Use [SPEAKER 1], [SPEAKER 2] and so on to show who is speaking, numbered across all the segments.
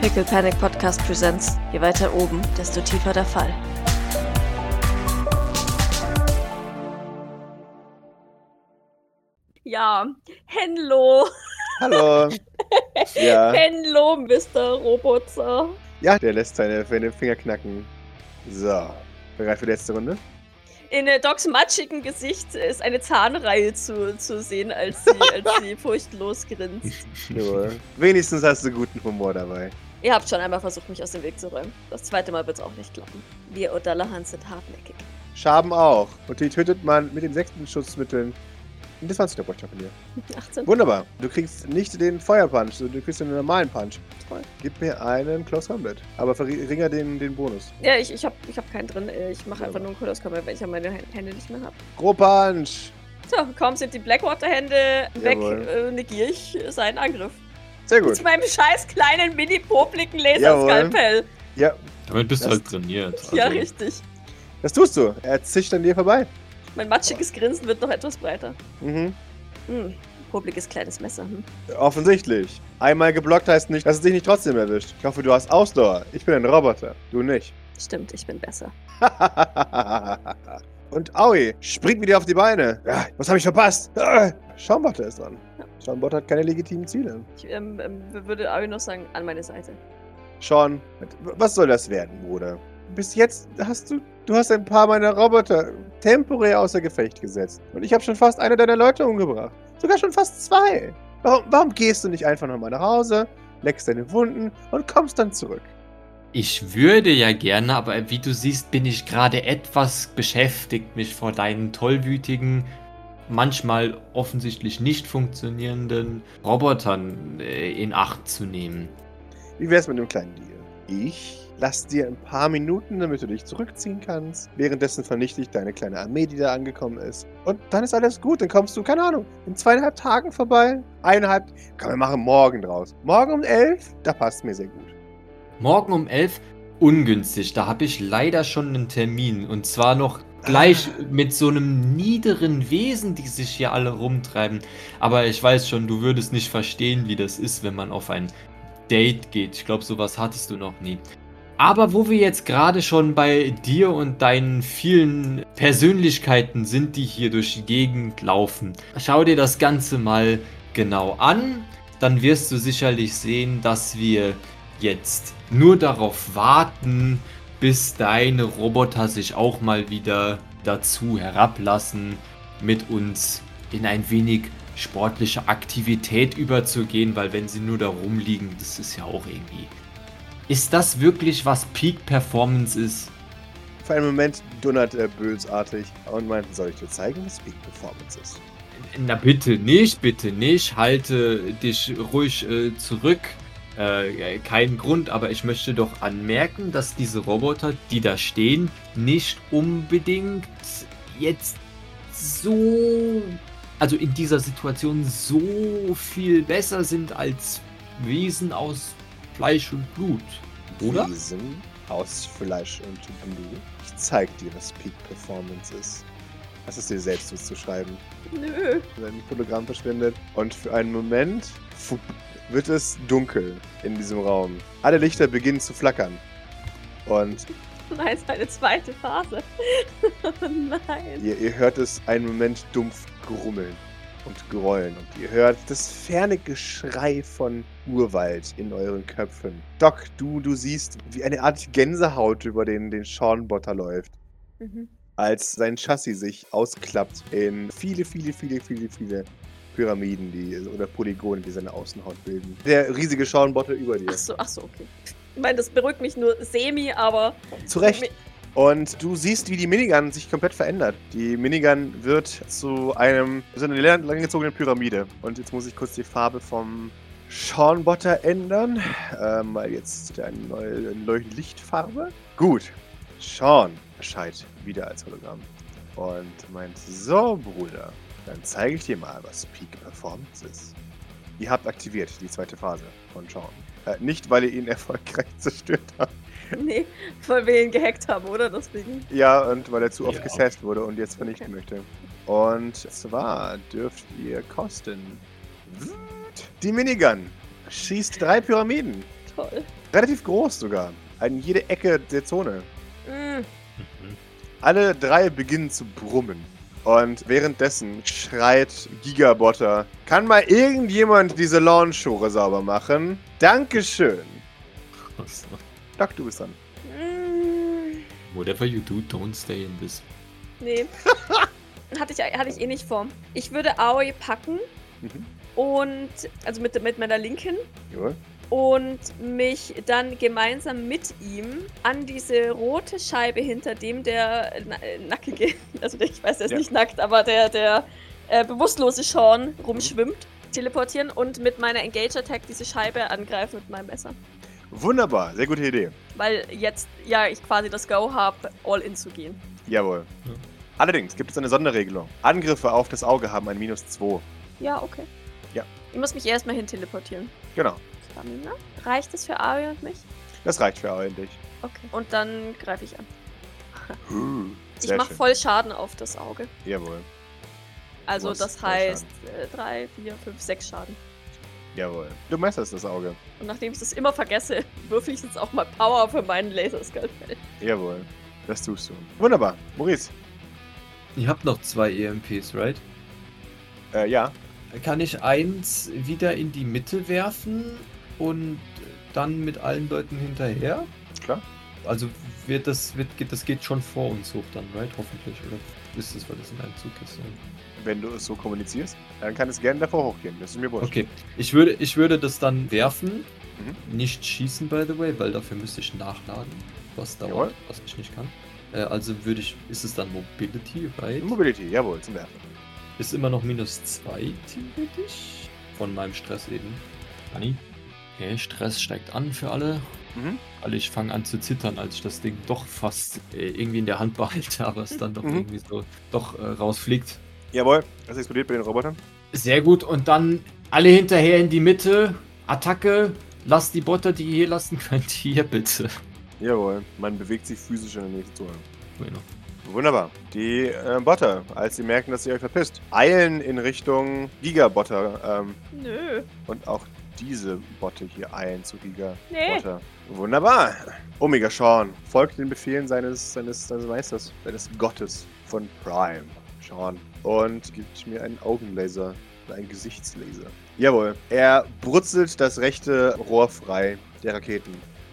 [SPEAKER 1] Pickle Panic Podcast Presents. Je weiter oben, desto tiefer der Fall. Ja, Henlo.
[SPEAKER 2] Hallo. ja.
[SPEAKER 1] Henlo, Mr. Robotzer.
[SPEAKER 2] ja, der lässt seine seine Finger knacken. So, bereit für die letzte Runde?
[SPEAKER 1] In äh, Docs matschigem Gesicht ist eine Zahnreihe zu, zu sehen, als sie, als sie furchtlos grinst.
[SPEAKER 2] Jawohl. Wenigstens hast du guten Humor dabei.
[SPEAKER 1] Ihr habt schon einmal versucht, mich aus dem Weg zu räumen. Das zweite Mal wird es auch nicht klappen. Wir O'Dullahans sind hartnäckig.
[SPEAKER 2] Schaben auch. Und die tötet man mit Insektenschutzmitteln. Und das 20 Brauch ich noch von dir.
[SPEAKER 1] 18.
[SPEAKER 2] Wunderbar. Du kriegst nicht den Feuerpunch, sondern du kriegst den normalen Punch.
[SPEAKER 1] Toll.
[SPEAKER 2] Gib mir einen Close Combat. Aber verringer den, den Bonus.
[SPEAKER 1] Ja, ich, ich hab, ich hab keinen drin. Äh, Ich mache einfach nur einen Koloskommer, weil ich ja meine Hä- Hände nicht mehr hab.
[SPEAKER 2] Gro Punch.
[SPEAKER 1] So, kaum sind die Blackwater-Hände weg,
[SPEAKER 2] Jawohl.
[SPEAKER 1] äh, negiere ich äh, seinen Angriff.
[SPEAKER 2] Sehr
[SPEAKER 1] Zu
[SPEAKER 2] gut.
[SPEAKER 1] meinem scheiß kleinen mini-popligen
[SPEAKER 2] Jawohl.
[SPEAKER 1] Laserskalpell.
[SPEAKER 2] Ja,
[SPEAKER 3] Damit bist du
[SPEAKER 2] Das-
[SPEAKER 3] halt trainiert. Also,
[SPEAKER 1] Ja, richtig.
[SPEAKER 2] das tust du. Er zischt an dir vorbei.
[SPEAKER 1] Mein matschiges Grinsen wird noch etwas breiter.
[SPEAKER 2] Mhm.
[SPEAKER 1] Hm, popliges kleines Messer. Hm.
[SPEAKER 2] Offensichtlich. Einmal geblockt heißt nicht, dass es dich nicht trotzdem erwischt. Ich hoffe, du hast Ausdauer. Ich bin ein Roboter. Du nicht.
[SPEAKER 1] Stimmt, ich bin besser.
[SPEAKER 2] Und Aoi springt wieder auf die Beine. Ah, Was habe ich verpasst? Ah, Schaumbotter ist dran. Schaumbotter hat keine legitimen Ziele.
[SPEAKER 1] Ich ähm, ähm, würde Ari noch sagen, an meine Seite.
[SPEAKER 2] Sean, was soll das werden, Bruder? Bis jetzt hast du, du hast ein paar meiner Roboter temporär außer Gefecht gesetzt. Und ich habe schon fast einer deiner Leute umgebracht. Sogar schon fast zwei. Warum, warum gehst du nicht einfach nochmal nach Hause, leckst deine Wunden und kommst dann zurück?
[SPEAKER 3] Ich würde ja gerne, aber wie du siehst, bin ich gerade etwas beschäftigt, mich vor deinen tollwütigen, manchmal offensichtlich nicht funktionierenden Robotern äh, in Acht zu nehmen.
[SPEAKER 2] Wie wär's mit einem kleinen Deal? Ich lass dir ein paar Minuten, damit du dich zurückziehen kannst. Währenddessen vernichte ich deine kleine Armee, die da angekommen ist. Und dann ist alles gut. Dann kommst du, keine Ahnung, in zweieinhalb Tagen vorbei. Eineinhalb. Komm, wir machen morgen draus. Morgen um elf? Da passt mir sehr gut.
[SPEAKER 3] Morgen um 11 ungünstig, da habe ich leider schon einen Termin und zwar noch gleich mit so einem niederen Wesen, die sich hier alle rumtreiben. Aber ich weiß schon, du würdest nicht verstehen, wie das ist, wenn man auf ein Date geht. Ich glaube, sowas hattest du noch nie. Aber wo wir jetzt gerade schon bei dir und deinen vielen Persönlichkeiten sind, die hier durch die Gegend laufen, schau dir das Ganze mal genau an. Dann wirst du sicherlich sehen, dass wir jetzt nur darauf warten, bis deine Roboter sich auch mal wieder dazu herablassen, mit uns in ein wenig sportliche Aktivität überzugehen, weil wenn sie nur da rumliegen, das ist ja auch irgendwie. Ist das wirklich, was Peak Performance ist?
[SPEAKER 2] Für einen Moment donnert er bösartig und meint, soll ich dir zeigen, was Peak Performance ist?
[SPEAKER 3] Na bitte nicht, bitte nicht. Halte dich ruhig äh, zurück. Äh, kein Grund, aber ich möchte doch anmerken, dass diese Roboter, die da stehen, nicht unbedingt jetzt so, also in dieser Situation so viel besser sind als Wesen aus Fleisch und Blut, oder?
[SPEAKER 2] Riesen aus Fleisch und Blut. Ich zeig dir, was Peak Performance ist. Lass es dir selbst zuschreiben.
[SPEAKER 1] Nö.
[SPEAKER 2] sein Hologramm verschwindet. Und für einen Moment fup, wird es dunkel in diesem Raum. Alle Lichter beginnen zu flackern. Und
[SPEAKER 1] Nein, es war eine zweite Phase. Nein.
[SPEAKER 2] ihr, ihr hört es einen Moment dumpf grummeln und grollen. Und ihr hört das ferne Geschrei von Urwald in euren Köpfen. Doc, du, du siehst, wie eine Art Gänsehaut über den, den Schornbotter läuft.
[SPEAKER 1] Mhm.
[SPEAKER 2] als sein Chassis sich ausklappt in viele, viele, viele, viele, viele Pyramiden die, oder Polygone, die seine Außenhaut bilden. Der riesige Schornbotter über dir.
[SPEAKER 1] Ach so, ach so, okay. Ich meine, das beruhigt mich nur semi, aber
[SPEAKER 2] Zu Recht. Und du siehst, wie die Minigun sich komplett verändert. Die Minigun wird zu einem, so eine lang- langgezogene Pyramide. Und jetzt muss ich kurz die Farbe vom Schornbotter ändern, ähm, weil jetzt eine neue neue Lichtfarbe. Gut, Sean erscheint wieder als Hologramm und meint, so Bruder, dann zeige ich dir mal, was Peak Performance ist. Ihr habt aktiviert die zweite Phase von Sean. Äh, nicht, weil ihr ihn erfolgreich zerstört habt.
[SPEAKER 1] nee, weil wir ihn gehackt haben, oder? Deswegen.
[SPEAKER 2] Ja, und weil er zu oft
[SPEAKER 3] Ja.
[SPEAKER 2] gecast wurde und jetzt vernichten
[SPEAKER 1] Okay.
[SPEAKER 2] möchte. Und zwar dürft ihr kosten. Die Minigun schießt drei Pyramiden.
[SPEAKER 1] Toll.
[SPEAKER 2] Relativ groß sogar. An jede Ecke der Zone.
[SPEAKER 1] Mm.
[SPEAKER 2] Hm.
[SPEAKER 3] Mhm.
[SPEAKER 2] Alle drei beginnen zu brummen. Und währenddessen schreit Gigabotter, kann mal irgendjemand diese Launchore sauber machen? Dankeschön. Doc, du bist dran.
[SPEAKER 1] Mm.
[SPEAKER 3] Whatever you do, don't stay in this.
[SPEAKER 1] Nee. hatte, ich, hatte ich eh nicht vor. Ich würde Aoi packen
[SPEAKER 2] Mhm.
[SPEAKER 1] und. Also mit, mit meiner linken.
[SPEAKER 2] Jawohl.
[SPEAKER 1] Und mich dann gemeinsam mit ihm an diese rote Scheibe hinter dem der äh, na- äh, nackige, also der, ich weiß, der ist
[SPEAKER 2] Ja.
[SPEAKER 1] nicht nackt, aber der, der äh, bewusstlose Sean rumschwimmt,
[SPEAKER 2] Mhm.
[SPEAKER 1] teleportieren und mit meiner Engage-Attack diese Scheibe angreifen mit meinem Messer.
[SPEAKER 2] Wunderbar, sehr gute Idee.
[SPEAKER 1] Weil jetzt, ja, ich quasi das Go habe, all in zu gehen.
[SPEAKER 2] Jawohl.
[SPEAKER 3] Ja.
[SPEAKER 2] Allerdings gibt es eine Sonderregelung. Angriffe auf das Auge haben ein Minus 2.
[SPEAKER 1] Ja, okay.
[SPEAKER 2] Ja.
[SPEAKER 1] Ich muss mich erstmal hin teleportieren.
[SPEAKER 2] Genau,
[SPEAKER 1] Stamina? Reicht es für Ari und mich?
[SPEAKER 2] das reicht für eigentlich.
[SPEAKER 1] Okay. Und dann greife ich an.
[SPEAKER 2] Hm,
[SPEAKER 1] ich
[SPEAKER 2] Sehr
[SPEAKER 1] mache
[SPEAKER 2] schön.
[SPEAKER 1] voll Schaden auf das Auge.
[SPEAKER 2] Jawohl,
[SPEAKER 1] Also
[SPEAKER 2] Du hast
[SPEAKER 1] das
[SPEAKER 2] voll
[SPEAKER 1] heißt äh, 3, 4, 5, 6 Schaden.
[SPEAKER 2] jawohl. Du meisterst das Auge.
[SPEAKER 1] Und nachdem ich das immer vergesse, würfel ich jetzt auch mal Power für meinen Laserskalpell.
[SPEAKER 2] Jawohl, das tust du. Wunderbar, Maurice.
[SPEAKER 3] Ihr habt noch zwei EMPs, right?
[SPEAKER 2] Äh, ja,
[SPEAKER 3] Kann ich eins wieder in die Mitte werfen und dann mit allen Leuten hinterher?
[SPEAKER 2] Klar.
[SPEAKER 3] Also wird das, wird, geht, das geht schon vor uns hoch dann, right? Hoffentlich, oder? Ist das, weil das in einem Zug ist? Ja.
[SPEAKER 2] wenn du es so kommunizierst, dann kann es gerne davor hochgehen. Das ist mir wurscht.
[SPEAKER 3] Okay, ich würde, ich würde das dann werfen.
[SPEAKER 2] Mhm.
[SPEAKER 3] Nicht schießen, by the way, weil dafür müsste ich nachladen, was dauert,
[SPEAKER 2] Jawohl.
[SPEAKER 3] was ich nicht kann. Äh, also würde ich, ist es dann Mobility, right?
[SPEAKER 2] Mobility, jawohl, zum Werfen.
[SPEAKER 3] ist immer noch minus 2 theoretisch. Von meinem Stress eben. Anni? Okay, Stress steigt an für alle.
[SPEAKER 2] Mhm.
[SPEAKER 3] Alle, ich fange an zu zittern, als ich das Ding doch fast äh, irgendwie in der Hand behalte, aber es dann doch
[SPEAKER 2] Mhm.
[SPEAKER 3] irgendwie so doch äh, rausfliegt.
[SPEAKER 2] Jawohl, das explodiert bei den Robotern.
[SPEAKER 3] Sehr gut, und dann alle hinterher in die Mitte. Attacke. Lasst die Botter, die ihr hier lassen könnt, hier bitte.
[SPEAKER 2] Jawohl, man bewegt sich physisch in der nächsten Zone.
[SPEAKER 3] Bueno.
[SPEAKER 2] Wunderbar. Die äh, Botter, als sie merken, dass ihr euch verpisst, eilen in Richtung Gigabotter. Ähm,
[SPEAKER 1] Nö.
[SPEAKER 2] und auch diese Botte hier eilen zu Gigabotter.
[SPEAKER 1] Nee.
[SPEAKER 2] Wunderbar. Omega Sean folgt den Befehlen seines, seines, seines Meisters, seines Gottes von Prime. Sean. Und gibt mir einen Augenlaser, einen Gesichtslaser. Jawohl. Er brutzelt das rechte Rohr frei der Raketen.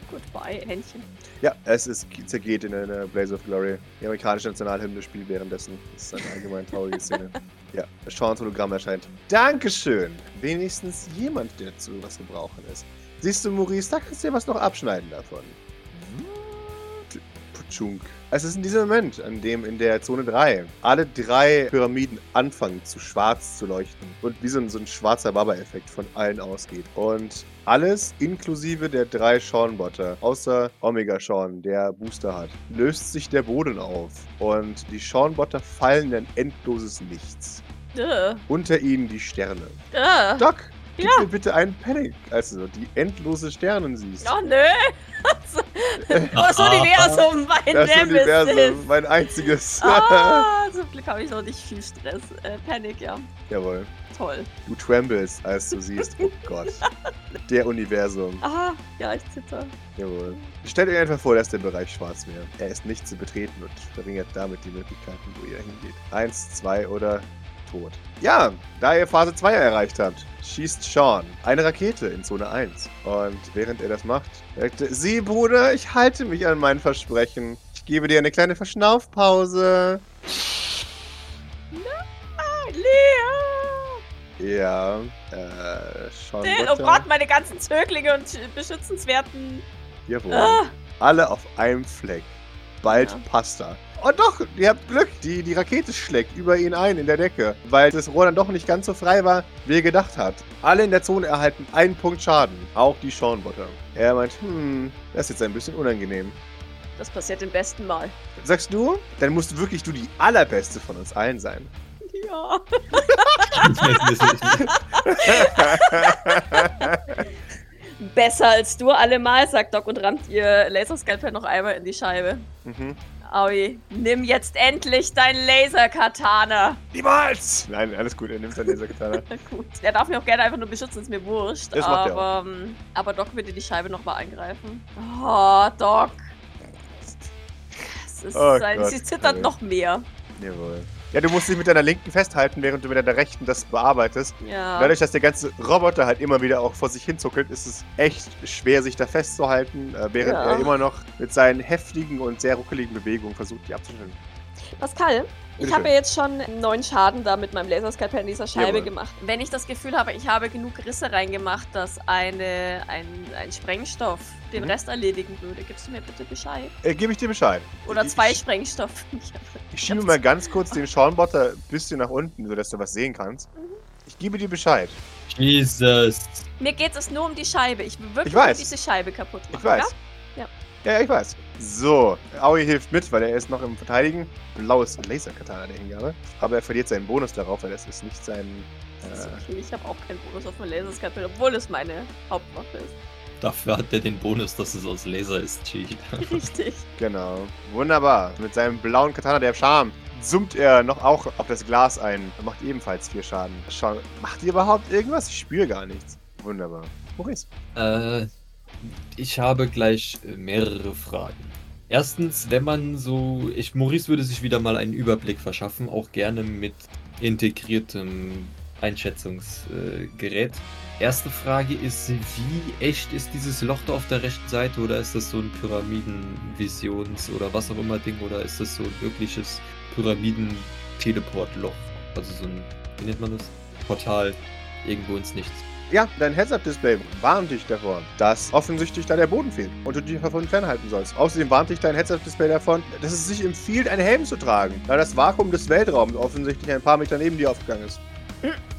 [SPEAKER 1] Goodbye, Händchen.
[SPEAKER 2] Ja, es ist zergeht in einer Blaze of Glory. Die amerikanische Nationalhymne spielt währenddessen. Das ist eine allgemein traurige Szene. ja, Sean's Hologramm erscheint. Dankeschön! Wenigstens jemand, der zu was gebrauchen ist. Siehst du, Maurice, da kannst du dir was noch abschneiden davon. Putschunk. Es ist in diesem Moment, an dem in der Zone 3 alle drei Pyramiden anfangen zu schwarz zu leuchten und wie so ein, so ein schwarzer Baba-Effekt von allen ausgeht. Und alles inklusive der drei Sean-Botter, außer Omega Sean, der Booster hat, löst sich der Boden auf und die Sean-Botter fallen in ein endloses Nichts.
[SPEAKER 1] Duh.
[SPEAKER 2] Unter ihnen die Sterne.
[SPEAKER 1] Duh.
[SPEAKER 2] Doc, gib mir bitte einen Panic, als du die endlose Sternen siehst.
[SPEAKER 1] Oh, nö. Das Universum, mein
[SPEAKER 2] das
[SPEAKER 1] Nemesis.
[SPEAKER 2] Universum, mein einziges.
[SPEAKER 1] Ah, zum Glück habe ich noch nicht viel Stress. Äh, Panik, ja.
[SPEAKER 2] Jawohl.
[SPEAKER 1] Toll.
[SPEAKER 2] Du trembles, als du siehst, oh Gott, der Universum.
[SPEAKER 1] Ah, ja, ich zitter.
[SPEAKER 2] Jawohl. Stellt euch einfach vor, das ist der Bereich Schwarzmeer. Er ist nicht zu betreten und verringert damit die Möglichkeiten, wo ihr hingeht. Eins, zwei oder tot. Ja, da ihr Phase 2 erreicht habt, schießt Sean eine Rakete in Zone 1. Und während er das macht, sagt er, sieh Bruder, ich halte mich an mein Versprechen. Ich gebe dir eine kleine Verschnaufpause.
[SPEAKER 1] Ah, Lea!
[SPEAKER 2] Ja, äh, Sean.
[SPEAKER 1] Still, oh
[SPEAKER 2] Butter.
[SPEAKER 1] Gott, meine ganzen Zöglinge und beschützenswerten.
[SPEAKER 2] Jawohl.
[SPEAKER 1] Ah.
[SPEAKER 2] alle auf einem Fleck. Bald
[SPEAKER 1] Ja.
[SPEAKER 2] passt er. Und doch, ihr habt Glück, die, die Rakete schlägt über ihn ein in der Decke, weil das Rohr dann doch nicht ganz so frei war, wie er gedacht hat. Alle in der Zone erhalten einen Punkt Schaden, auch die Seanbotter. Er meint, hm, das ist jetzt ein bisschen unangenehm.
[SPEAKER 1] Das passiert im besten Mal.
[SPEAKER 2] Sagst du, dann musst wirklich du die allerbeste von uns allen sein.
[SPEAKER 1] Ja. Besser als du allemal, sagt Doc und rammt ihr Laserskalpell noch einmal in die Scheibe.
[SPEAKER 2] Mhm.
[SPEAKER 1] Aui, nimm jetzt endlich dein Laserkatana.
[SPEAKER 2] Niemals! Nein, alles gut, er nimmt seinen Laserkatana.
[SPEAKER 1] Na gut. Der darf mich auch gerne einfach nur beschützen, ist mir wurscht.
[SPEAKER 2] Das macht er auch.
[SPEAKER 1] aber, ähm, aber Doc würde die Scheibe nochmal angreifen. Oh, Doc. Es ist
[SPEAKER 2] Oh
[SPEAKER 1] ein,
[SPEAKER 2] Gott,
[SPEAKER 1] sie zittert
[SPEAKER 2] Harry.
[SPEAKER 1] noch mehr.
[SPEAKER 2] Jawohl. Ja, du musst dich mit deiner linken festhalten, während du mit deiner rechten das bearbeitest.
[SPEAKER 1] Ja.
[SPEAKER 2] Dadurch, dass der ganze Roboter halt immer wieder auch vor sich hinzuckelt, ist es echt schwer, sich da festzuhalten, äh, während
[SPEAKER 1] Ja.
[SPEAKER 2] er immer noch mit seinen heftigen und sehr ruckeligen Bewegungen versucht, die abzuschütteln.
[SPEAKER 1] Pascal, ich
[SPEAKER 2] Bitteschön.
[SPEAKER 1] habe ja jetzt schon neun Schaden da mit meinem Laserskalpell in dieser Scheibe
[SPEAKER 2] Jawohl.
[SPEAKER 1] gemacht. Wenn ich das Gefühl habe, ich habe genug Risse reingemacht, dass eine, ein, ein Sprengstoff den
[SPEAKER 2] Mhm.
[SPEAKER 1] Rest erledigen würde, gibst du mir bitte Bescheid?
[SPEAKER 2] Äh, Gebe ich dir Bescheid.
[SPEAKER 1] Oder
[SPEAKER 2] Ich-
[SPEAKER 1] zwei
[SPEAKER 2] Ich,
[SPEAKER 1] Sprengstoffe. Ich hab-
[SPEAKER 2] ich schiebe mal ganz kurz den Schornbotter ein bisschen nach unten, sodass du was sehen kannst.
[SPEAKER 1] Mhm.
[SPEAKER 2] Ich gebe dir Bescheid.
[SPEAKER 3] Jesus.
[SPEAKER 1] Mir geht es nur um die Scheibe. Ich will wirklich
[SPEAKER 2] Ich weiß.
[SPEAKER 1] nur diese Scheibe kaputt machen.
[SPEAKER 2] Ich weiß.
[SPEAKER 1] Ja? Ja.
[SPEAKER 2] Ja, ja, ich weiß. So, Aoi hilft mit, weil er ist noch im Verteidigen. Blaues Laserkatana der Hingabe. Aber er verliert seinen Bonus darauf, weil das ist nicht sein.
[SPEAKER 1] Das ist
[SPEAKER 2] Äh,
[SPEAKER 1] okay. Ich habe auch keinen Bonus auf mein Laserskalpell, obwohl es meine Hauptwaffe ist.
[SPEAKER 3] Dafür hat er den Bonus, dass es aus Laser ist, Cheat.
[SPEAKER 1] Richtig.
[SPEAKER 2] genau. Wunderbar. Mit seinem blauen Katana der Charme zoomt er noch auch auf das Glas ein. Er macht ebenfalls vier Schaden. Schau, macht ihr überhaupt irgendwas? Ich spüre gar nichts. Wunderbar. Maurice.
[SPEAKER 3] Äh, ich habe gleich äh, mehrere Fragen. Erstens, wenn man so, ich Maurice würde sich wieder mal einen Überblick verschaffen, auch gerne mit integriertem Einschätzungsgerät. Erste Frage ist, wie echt ist dieses Loch da auf der rechten Seite oder ist das so ein Pyramidenvisions oder was auch immer Ding oder ist das so ein wirkliches Pyramiden-Teleport-Loch? Also so ein, wie nennt man das? Portal irgendwo ins Nichts.
[SPEAKER 2] Ja, dein Heads-Up-Display warnt dich davor, dass offensichtlich da der Boden fehlt und du dich davon fernhalten sollst. Außerdem warnt dich dein Heads-Up-Display davon, dass es sich empfiehlt, einen Helm zu tragen, da das Vakuum des Weltraums offensichtlich ein paar Meter neben dir aufgegangen ist.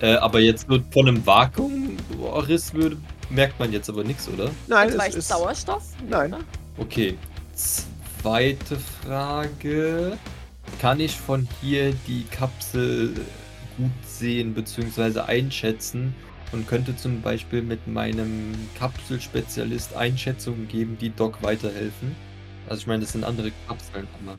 [SPEAKER 3] Äh, aber jetzt wird von einem Vakuumriss würde, merkt man jetzt aber nichts, oder?
[SPEAKER 2] Nein, es
[SPEAKER 1] Vielleicht
[SPEAKER 2] ist...
[SPEAKER 1] Sauerstoff?
[SPEAKER 2] Nein.
[SPEAKER 1] oder?
[SPEAKER 3] Okay. Zweite Frage. Kann ich von hier die Kapsel gut sehen bzw. einschätzen und könnte zum Beispiel mit meinem Kapselspezialist Einschätzungen geben, die Doc weiterhelfen? Also ich meine, das sind andere Kapseln, aber.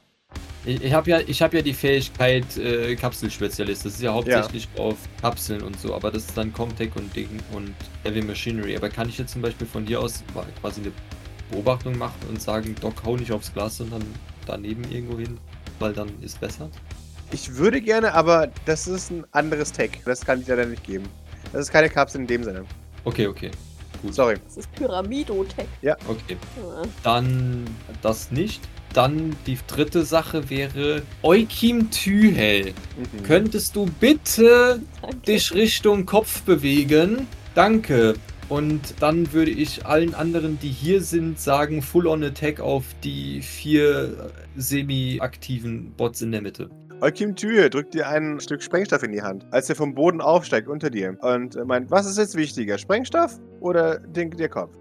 [SPEAKER 3] Ich, ich habe ja, ich hab ja die Fähigkeit äh, Kapselspezialist. Das ist ja hauptsächlich auf Kapseln und so, aber das ist dann Comtech und Ding und Heavy Machinery. Aber kann ich jetzt zum Beispiel von hier aus quasi eine Beobachtung machen und sagen, Doc, hau nicht aufs Glas, sondern daneben irgendwo hin, weil dann ist besser.
[SPEAKER 2] Ich würde gerne, aber das ist ein anderes Tag. Das kann ich leider nicht geben. Das ist keine Kapsel in dem Sinne.
[SPEAKER 3] Okay, okay, gut.
[SPEAKER 2] Sorry.
[SPEAKER 1] Das ist Pyramidotech.
[SPEAKER 3] Okay,
[SPEAKER 1] Ja.
[SPEAKER 3] dann das nicht. Dann die dritte Sache wäre Eukim Tühel.
[SPEAKER 2] Mhm.
[SPEAKER 3] Könntest du bitte
[SPEAKER 1] Danke.
[SPEAKER 3] dich Richtung Kopf bewegen? Danke. Und dann würde ich allen anderen, die hier sind, sagen Full-on-Attack auf die vier äh, semi-aktiven Bots in der Mitte.
[SPEAKER 2] Eukim Tür drückt dir ein Stück Sprengstoff in die Hand, als er vom Boden aufsteigt unter dir und äh, meint, was ist jetzt wichtiger, Sprengstoff oder den, der Kopf?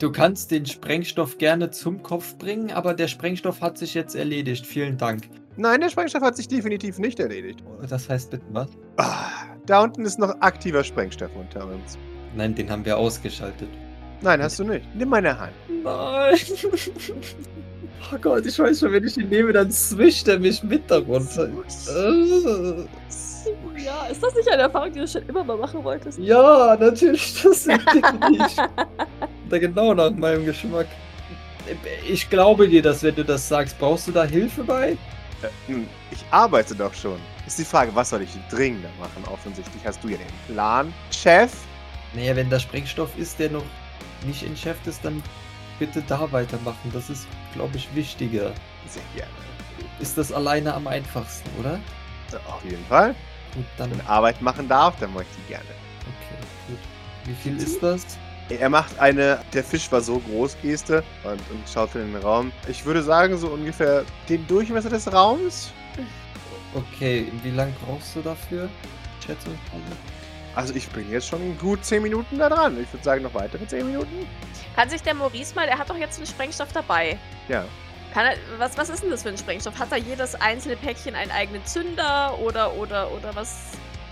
[SPEAKER 3] Du kannst den Sprengstoff gerne zum Kopf bringen, aber der Sprengstoff hat sich jetzt erledigt. Vielen Dank.
[SPEAKER 2] Nein, der Sprengstoff hat sich definitiv nicht erledigt.
[SPEAKER 3] Das heißt bitte was?
[SPEAKER 2] Ah, da unten ist noch aktiver Sprengstoff unter uns.
[SPEAKER 3] Nein, den haben wir ausgeschaltet.
[SPEAKER 2] Nein, hast du nicht. Nimm meine Hand.
[SPEAKER 3] Nein. Oh Gott, ich weiß schon, wenn ich ihn nehme, dann zwischt er mich mit darunter. Äh,
[SPEAKER 1] Ja, ist das nicht eine Erfahrung, die du schon immer mal machen wolltest?
[SPEAKER 3] Ja, natürlich, das sind Dinge, die ich. Da genau nach meinem Geschmack. Ich glaube dir, dass wenn du das sagst, brauchst du da Hilfe bei?
[SPEAKER 2] Äh, hm, ich arbeite doch schon. Ist die Frage, was soll ich dringender machen? Offensichtlich hast du ja den Plan. Chef?
[SPEAKER 3] Naja, wenn da Sprengstoff ist, der noch nicht entschärft ist, dann bitte da weitermachen. Das ist, glaube ich, wichtiger.
[SPEAKER 2] Sehr gerne.
[SPEAKER 3] Ist das alleine am einfachsten, oder?
[SPEAKER 2] So, auf jeden Fall.
[SPEAKER 3] Gut, dann.
[SPEAKER 2] Wenn Arbeit machen darf, dann mache ich die gerne.
[SPEAKER 3] Okay, gut. Wie viel ist das?
[SPEAKER 2] Er macht eine, der Fisch war so groß Geste und, und schaut in den Raum. Ich würde sagen, so ungefähr den Durchmesser des Raums.
[SPEAKER 3] Okay, wie lang brauchst du dafür? Schätzung?
[SPEAKER 2] Also ich bin jetzt schon gut 10 Minuten da dran. Ich würde sagen, noch weitere 10 Minuten.
[SPEAKER 1] Kann sich der Maurice mal, der hat doch jetzt einen Sprengstoff dabei.
[SPEAKER 2] Ja.
[SPEAKER 1] Kann er, was, was ist denn das für ein Sprengstoff? Hat da jedes einzelne Päckchen einen eigenen Zünder oder oder oder was?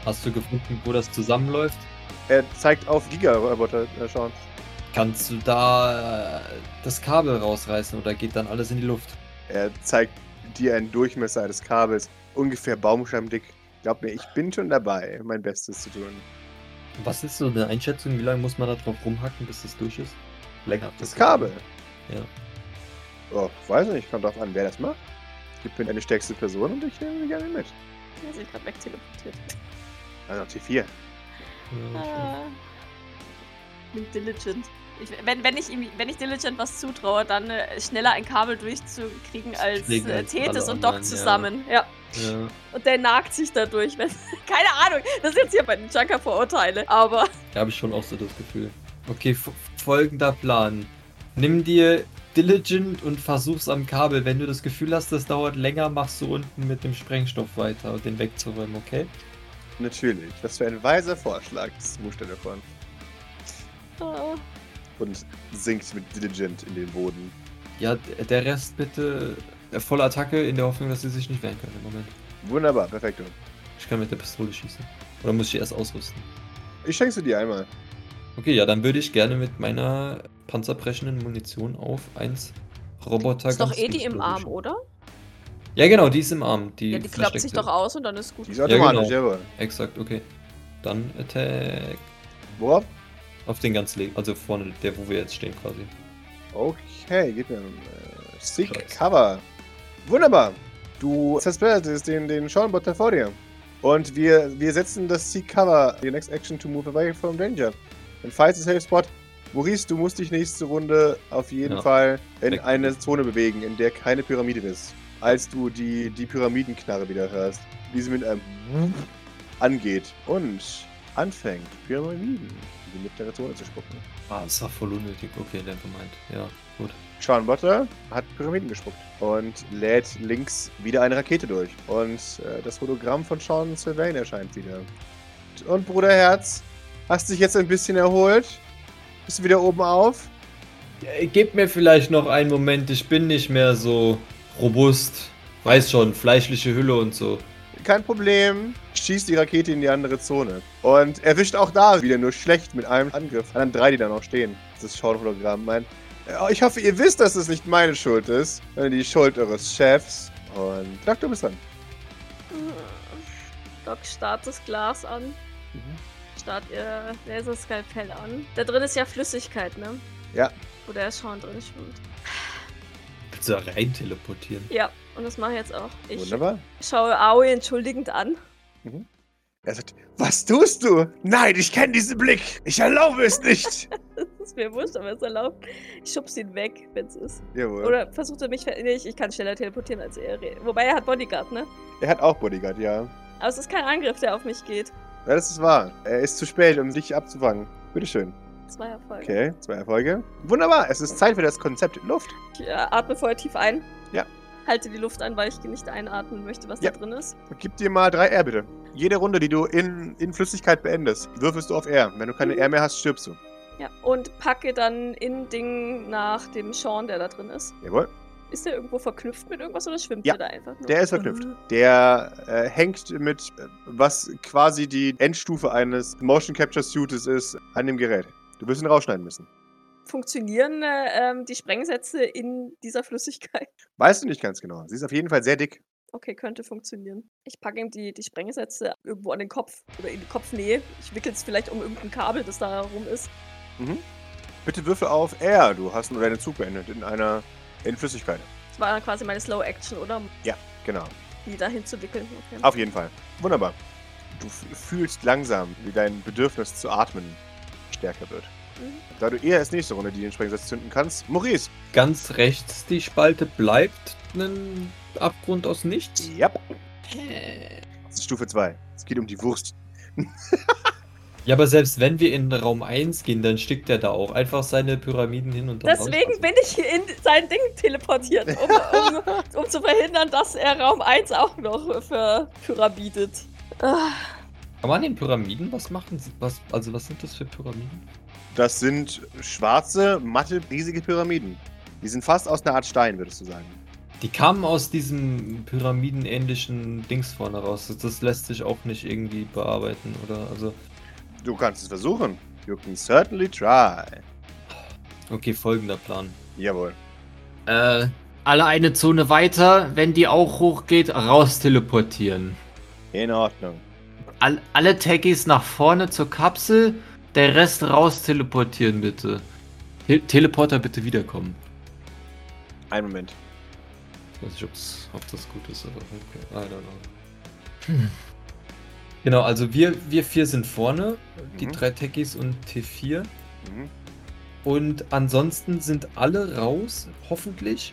[SPEAKER 3] Hast du gefunden, wo das zusammenläuft?
[SPEAKER 2] Er zeigt auf Giga-Roboter äh, schauen.
[SPEAKER 3] Kannst du da äh, das Kabel rausreißen oder geht dann alles in die Luft?
[SPEAKER 2] Er zeigt dir einen Durchmesser eines Kabels, ungefähr baumstammdick. Glaub mir, ich bin schon dabei, mein Bestes zu tun.
[SPEAKER 3] Was ist so eine Einschätzung? Wie lange muss man da drauf rumhacken, bis das durch ist? Länger.
[SPEAKER 2] Das Kabel.
[SPEAKER 3] Ja.
[SPEAKER 2] Oh, weiß nicht, kommt drauf an, wer das macht. Gib mir eine stärkste Person und ich nehme sie gerne mit.
[SPEAKER 1] Die hat sich gerade wegteleportiert.
[SPEAKER 2] Also T4.
[SPEAKER 3] ja
[SPEAKER 1] Ah. Bin diligent. Ich, wenn, wenn, ich ihm, wenn ich diligent was zutraue, dann äh, schneller ein Kabel durchzukriegen als
[SPEAKER 3] Kriegen
[SPEAKER 1] äh,
[SPEAKER 3] als halt alle
[SPEAKER 1] Tethys und
[SPEAKER 3] anderen,
[SPEAKER 1] Doc
[SPEAKER 3] ja.
[SPEAKER 1] zusammen. Ja.
[SPEAKER 3] ich- ja.
[SPEAKER 1] Und der nagt sich dadurch. Wenn, keine Ahnung, das ist jetzt hier bei den Junker-Vorurteile. Aber
[SPEAKER 3] Da habe ich schon auch so das Gefühl. Okay, f- folgender Plan. Nimm dir Diligent und versuch's am Kabel. Wenn du das Gefühl hast, das dauert länger, machst du unten mit dem Sprengstoff weiter und den wegzuräumen, okay?
[SPEAKER 2] Natürlich. Was für ein weiser Vorschlag. Das ist Buchstabe davon.
[SPEAKER 1] äh,
[SPEAKER 2] Und sinkt mit Diligent in den Boden.
[SPEAKER 3] Ja, d- der Rest bitte äh, volle Attacke in der Hoffnung, dass sie sich nicht wehren können im Moment.
[SPEAKER 2] Wunderbar, perfekt.
[SPEAKER 3] Ich kann mit der Pistole schießen. Oder muss ich die erst ausrüsten?
[SPEAKER 2] Ich schenke sie dir einmal.
[SPEAKER 3] Okay, ja, dann würde ich gerne mit meiner panzerbrechenden Munition auf 1 Roboter
[SPEAKER 1] ist doch
[SPEAKER 3] ganz
[SPEAKER 1] eh die im
[SPEAKER 3] explodieren.
[SPEAKER 1] Arm, oder?
[SPEAKER 3] Ja, genau, die ist im Arm. Die,
[SPEAKER 1] Ja, die klappt sich
[SPEAKER 3] versteckte.
[SPEAKER 1] doch aus und dann ist gut.
[SPEAKER 2] Die ist automatisch,
[SPEAKER 3] genau.
[SPEAKER 2] jawohl.
[SPEAKER 3] Exakt, okay. Dann Attack
[SPEAKER 2] Worauf?
[SPEAKER 3] auf den ganz linken, also vorne, der wo wir jetzt stehen quasi.
[SPEAKER 2] Okay, gib mir einen äh, Seek
[SPEAKER 3] Scheiße.
[SPEAKER 2] Cover. Wunderbar. Du zersplattertest den, den Schornbotter vor dir. Und wir, wir setzen das Seek Cover, your next action to move away from danger. Dann falls es Safe Spot. Maurice, du musst dich nächste Runde auf jeden
[SPEAKER 3] Ja.
[SPEAKER 2] Fall in
[SPEAKER 3] Weg.
[SPEAKER 2] eine Zone bewegen, in der keine Pyramide ist. Als du die, die Pyramidenknarre wieder hörst, wie sie mit einem angeht und anfängt, Pyramiden in die mittlere Zone zu spucken.
[SPEAKER 3] Ah, das war voll unnötig. Okay, der gemeint. Ja, gut.
[SPEAKER 2] Sean Butter hat Pyramiden gespuckt und lädt links wieder eine Rakete durch. Und äh, das Hologramm von Sean Sylvain erscheint wieder. Und Bruder Herz, hast dich jetzt ein bisschen erholt? Bist du wieder oben auf?
[SPEAKER 3] Äh, Gebt mir vielleicht noch einen Moment, ich bin nicht mehr so robust. Weiß schon, fleischliche Hülle und so.
[SPEAKER 2] Kein Problem. Schießt die Rakete in die andere Zone. Und erwischt auch da wieder nur schlecht mit einem Angriff. An drei, die da noch stehen. Das Schauen-Hologramm meint. "Äh, Ich hoffe, ihr wisst, dass es nicht meine Schuld ist, sondern die Schuld eures Chefs. Und Doc, du bist dran.
[SPEAKER 1] Äh, Doc starrt das Glas an. Start ihr Laserskalpell an. Da drin ist ja Flüssigkeit, ne?
[SPEAKER 2] Ja.
[SPEAKER 1] Wo der Schaum drin schwimmt.
[SPEAKER 3] Willst du da rein teleportieren?
[SPEAKER 1] Ja, und das mache ich jetzt auch. Ich
[SPEAKER 2] Wunderbar.
[SPEAKER 1] schaue Aoi entschuldigend an.
[SPEAKER 2] Er sagt, was tust du? Nein, ich kenne diesen Blick. Ich erlaube es nicht.
[SPEAKER 1] Das ist mir wurscht, aber es erlaubt. Ich schub's ihn weg, wenn's ist.
[SPEAKER 2] Jawohl.
[SPEAKER 1] Oder versucht er mich. ver- Nee, ich, ich kann schneller teleportieren als er. Wobei er hat Bodyguard, ne?
[SPEAKER 2] Er hat auch Bodyguard, ja.
[SPEAKER 1] Aber es ist kein Angriff, der auf mich geht.
[SPEAKER 2] Ja, das ist wahr. Er ist zu spät, um dich abzufangen. Bitteschön.
[SPEAKER 1] Zwei Erfolge.
[SPEAKER 2] Okay, zwei Erfolge. Wunderbar, es ist Zeit für das Konzept Luft.
[SPEAKER 1] Ich äh, atme vorher tief ein.
[SPEAKER 2] Ja.
[SPEAKER 1] Halte die Luft ein, weil ich nicht einatmen möchte, was
[SPEAKER 2] Ja.
[SPEAKER 1] da drin ist.
[SPEAKER 2] Gib dir mal drei R, bitte. Jede Runde, die du in, in Flüssigkeit beendest, würfelst du auf R. Wenn du keine R mehr hast, stirbst du.
[SPEAKER 1] Ja. Und packe dann in Ding nach dem Sean, der da drin ist.
[SPEAKER 2] Jawohl.
[SPEAKER 1] Ist der irgendwo verknüpft mit irgendwas oder schwimmt
[SPEAKER 2] Ja,
[SPEAKER 1] der da einfach nur? Mhm.
[SPEAKER 2] Der ist verknüpft. Der äh, hängt mit, äh, was quasi die Endstufe eines Motion Capture Suites ist, an dem Gerät. Du wirst ihn rausschneiden müssen.
[SPEAKER 1] Funktionieren äh, ähm, die Sprengsätze in dieser Flüssigkeit?
[SPEAKER 2] Weißt du nicht ganz genau. Sie ist auf jeden Fall sehr dick.
[SPEAKER 1] Okay, könnte funktionieren. Ich packe ihm die, die Sprengsätze irgendwo an den Kopf oder in die Kopfnähe. Ich wickel es vielleicht um irgendein Kabel, das da rum ist.
[SPEAKER 2] Bitte würfel auf R. Du hast nur deinen Zug beendet in einer in Flüssigkeit.
[SPEAKER 1] Das war dann quasi meine Slow Action, oder? Um
[SPEAKER 2] Genau.
[SPEAKER 1] Die dahin zu wickeln. Okay.
[SPEAKER 2] Auf jeden Fall. Wunderbar. Du f- fühlst langsam, wie dein Bedürfnis zu atmen stärker wird.
[SPEAKER 1] Mhm.
[SPEAKER 2] Da du eher als nächste Runde die den Sprengsatz zünden kannst, Maurice.
[SPEAKER 3] Ganz rechts die Spalte bleibt ein Abgrund aus nichts.
[SPEAKER 2] Ja. Das ist Stufe 2. Es geht um die Wurst.
[SPEAKER 3] Ja, aber selbst wenn wir in Raum 1 gehen, dann stickt er da auch einfach seine Pyramiden hin und dann
[SPEAKER 1] Deswegen
[SPEAKER 3] raus.
[SPEAKER 1] bin ich in sein Ding teleportiert, um, um, um zu verhindern, dass er Raum 1 auch noch verpyramidet. Ah,
[SPEAKER 3] Kann man den Pyramiden was machen? Was, also was sind das für Pyramiden?
[SPEAKER 2] Das sind schwarze, matte, riesige Pyramiden. Die sind fast aus einer Art Stein, würdest du sagen.
[SPEAKER 3] Die kamen aus diesem pyramidenähnlichen Dings vorne raus. Das, das lässt sich auch nicht irgendwie bearbeiten, oder? Also,
[SPEAKER 2] Du kannst es versuchen. You can certainly try.
[SPEAKER 3] okay, folgender Plan.
[SPEAKER 2] Jawohl.
[SPEAKER 3] Äh,
[SPEAKER 4] Alle eine Zone weiter, wenn die auch hochgeht, raus teleportieren.
[SPEAKER 2] In Ordnung.
[SPEAKER 4] All, alle Taggies nach vorne zur Kapsel, der Rest raus teleportieren bitte. Te Teleporter bitte wiederkommen.
[SPEAKER 2] Einen Moment.
[SPEAKER 4] Ich weiß nicht, ob's, ob das gut ist, aber okay.
[SPEAKER 3] I don't know. Hm. Genau, also wir, wir vier sind vorne, die
[SPEAKER 2] Mhm.
[SPEAKER 3] drei Techies und T4.
[SPEAKER 2] Mhm.
[SPEAKER 3] Und ansonsten sind alle raus, hoffentlich.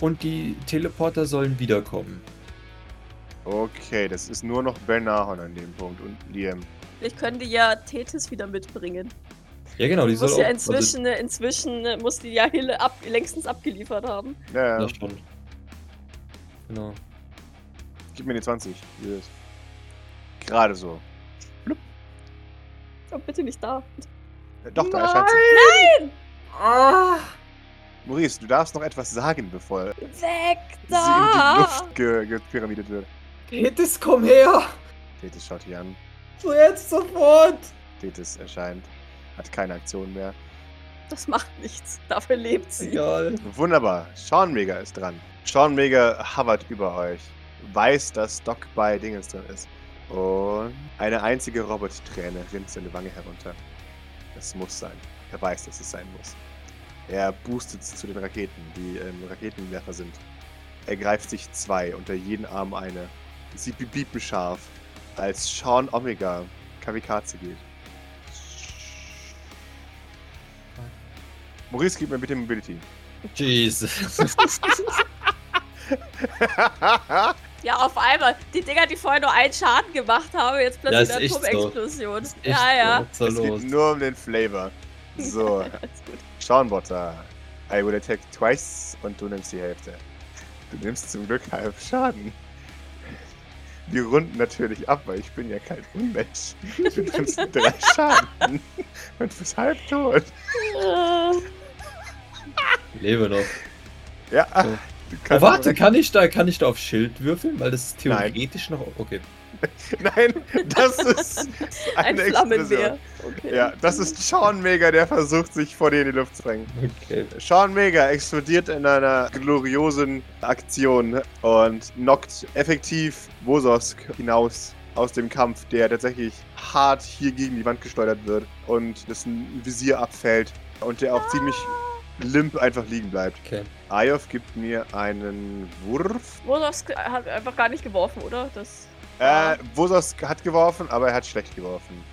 [SPEAKER 3] Und die Teleporter sollen wiederkommen.
[SPEAKER 2] Okay, das ist nur noch Ben Ahorn an dem Punkt und Liam.
[SPEAKER 1] Vielleicht können die ja Tethys wieder mitbringen.
[SPEAKER 3] Ja, genau, die
[SPEAKER 1] muss
[SPEAKER 3] sollen
[SPEAKER 1] ja
[SPEAKER 3] auch-
[SPEAKER 1] inzwischen, inzwischen äh, muss die ja Hille ab, längstens abgeliefert haben.
[SPEAKER 2] Ja,
[SPEAKER 3] Also,
[SPEAKER 2] ja.
[SPEAKER 3] ja, schon. Genau.
[SPEAKER 2] Gib mir die 20. Yes. Gerade so.
[SPEAKER 1] Komm Oh, bitte nicht da.
[SPEAKER 2] Äh, Doch, da erscheint sie.
[SPEAKER 4] Ah.
[SPEAKER 2] Maurice, du darfst noch etwas sagen, bevor
[SPEAKER 1] Weg
[SPEAKER 2] sie in die
[SPEAKER 1] da!
[SPEAKER 2] Luft ge gepyramidet wird.
[SPEAKER 3] Tethys, komm her!
[SPEAKER 2] Tethys schaut hier an.
[SPEAKER 3] So jetzt sofort!
[SPEAKER 2] Tethys erscheint. Hat keine Aktion mehr.
[SPEAKER 1] Das macht nichts. Dafür lebt sie.
[SPEAKER 3] Egal.
[SPEAKER 2] Wunderbar. Sean Mega ist dran. Sean Mega hovert über euch. Weiß, dass Doc bei Dingens drin ist. Und eine einzige Robot-Träne rinnt seine Wange herunter. Es muss sein. Er weiß, dass es sein muss. Er boostet zu den Raketen, die ähm, Raketenwerfer sind. Er greift sich zwei, unter jeden Arm eine. Sie biepen scharf, als Sean Omega Kamikaze geht. Maurice, gib mir bitte Mobility.
[SPEAKER 3] Jesus.
[SPEAKER 1] Ja, auf einmal. Die Dinger, die vorher nur einen Schaden gemacht haben, jetzt
[SPEAKER 3] Ja,
[SPEAKER 1] plötzlich
[SPEAKER 3] ist
[SPEAKER 1] eine
[SPEAKER 3] echt so.
[SPEAKER 1] Atomexplosion.
[SPEAKER 3] Ist echt
[SPEAKER 1] Ja, ja.
[SPEAKER 3] so, Was
[SPEAKER 2] Es
[SPEAKER 3] ist da los?
[SPEAKER 2] geht nur um den Flavor. So,
[SPEAKER 1] Alles gut.
[SPEAKER 2] Schaunbotter. I will attack twice und du nimmst die Hälfte. Du nimmst zum Glück halb Schaden. Wir runden natürlich ab, weil ich bin ja kein Unmensch. Du nimmst drei Schaden und bist halb tot.
[SPEAKER 1] Äh,
[SPEAKER 3] Lebe noch.
[SPEAKER 2] Ja,
[SPEAKER 3] So.
[SPEAKER 2] du
[SPEAKER 3] Oh,
[SPEAKER 2] kannst...
[SPEAKER 3] warte, kann ich, da, kann ich da auf Schild würfeln? Weil das ist
[SPEAKER 2] Nein.
[SPEAKER 3] theoretisch noch. Okay.
[SPEAKER 2] Nein, das ist
[SPEAKER 1] Ein
[SPEAKER 2] eine
[SPEAKER 1] Flammenwehr.
[SPEAKER 2] Explosion.
[SPEAKER 1] Okay.
[SPEAKER 2] Ja, das ist Sean Mega, der versucht, sich vor dir in die Luft zu drängen.
[SPEAKER 3] Okay.
[SPEAKER 2] Sean Mega explodiert in einer gloriosen Aktion und knockt effektiv Wososk hinaus aus dem Kampf, der tatsächlich hart hier gegen die Wand gesteuert wird und dessen Visier abfällt und der auch ziemlich limp einfach liegen bleibt.
[SPEAKER 3] Okay.
[SPEAKER 2] Ayov gibt mir einen Wurf.
[SPEAKER 1] Wolofs hat einfach gar nicht geworfen, oder? Das.
[SPEAKER 2] Äh, Wososk hat geworfen, aber er hat schlecht geworfen.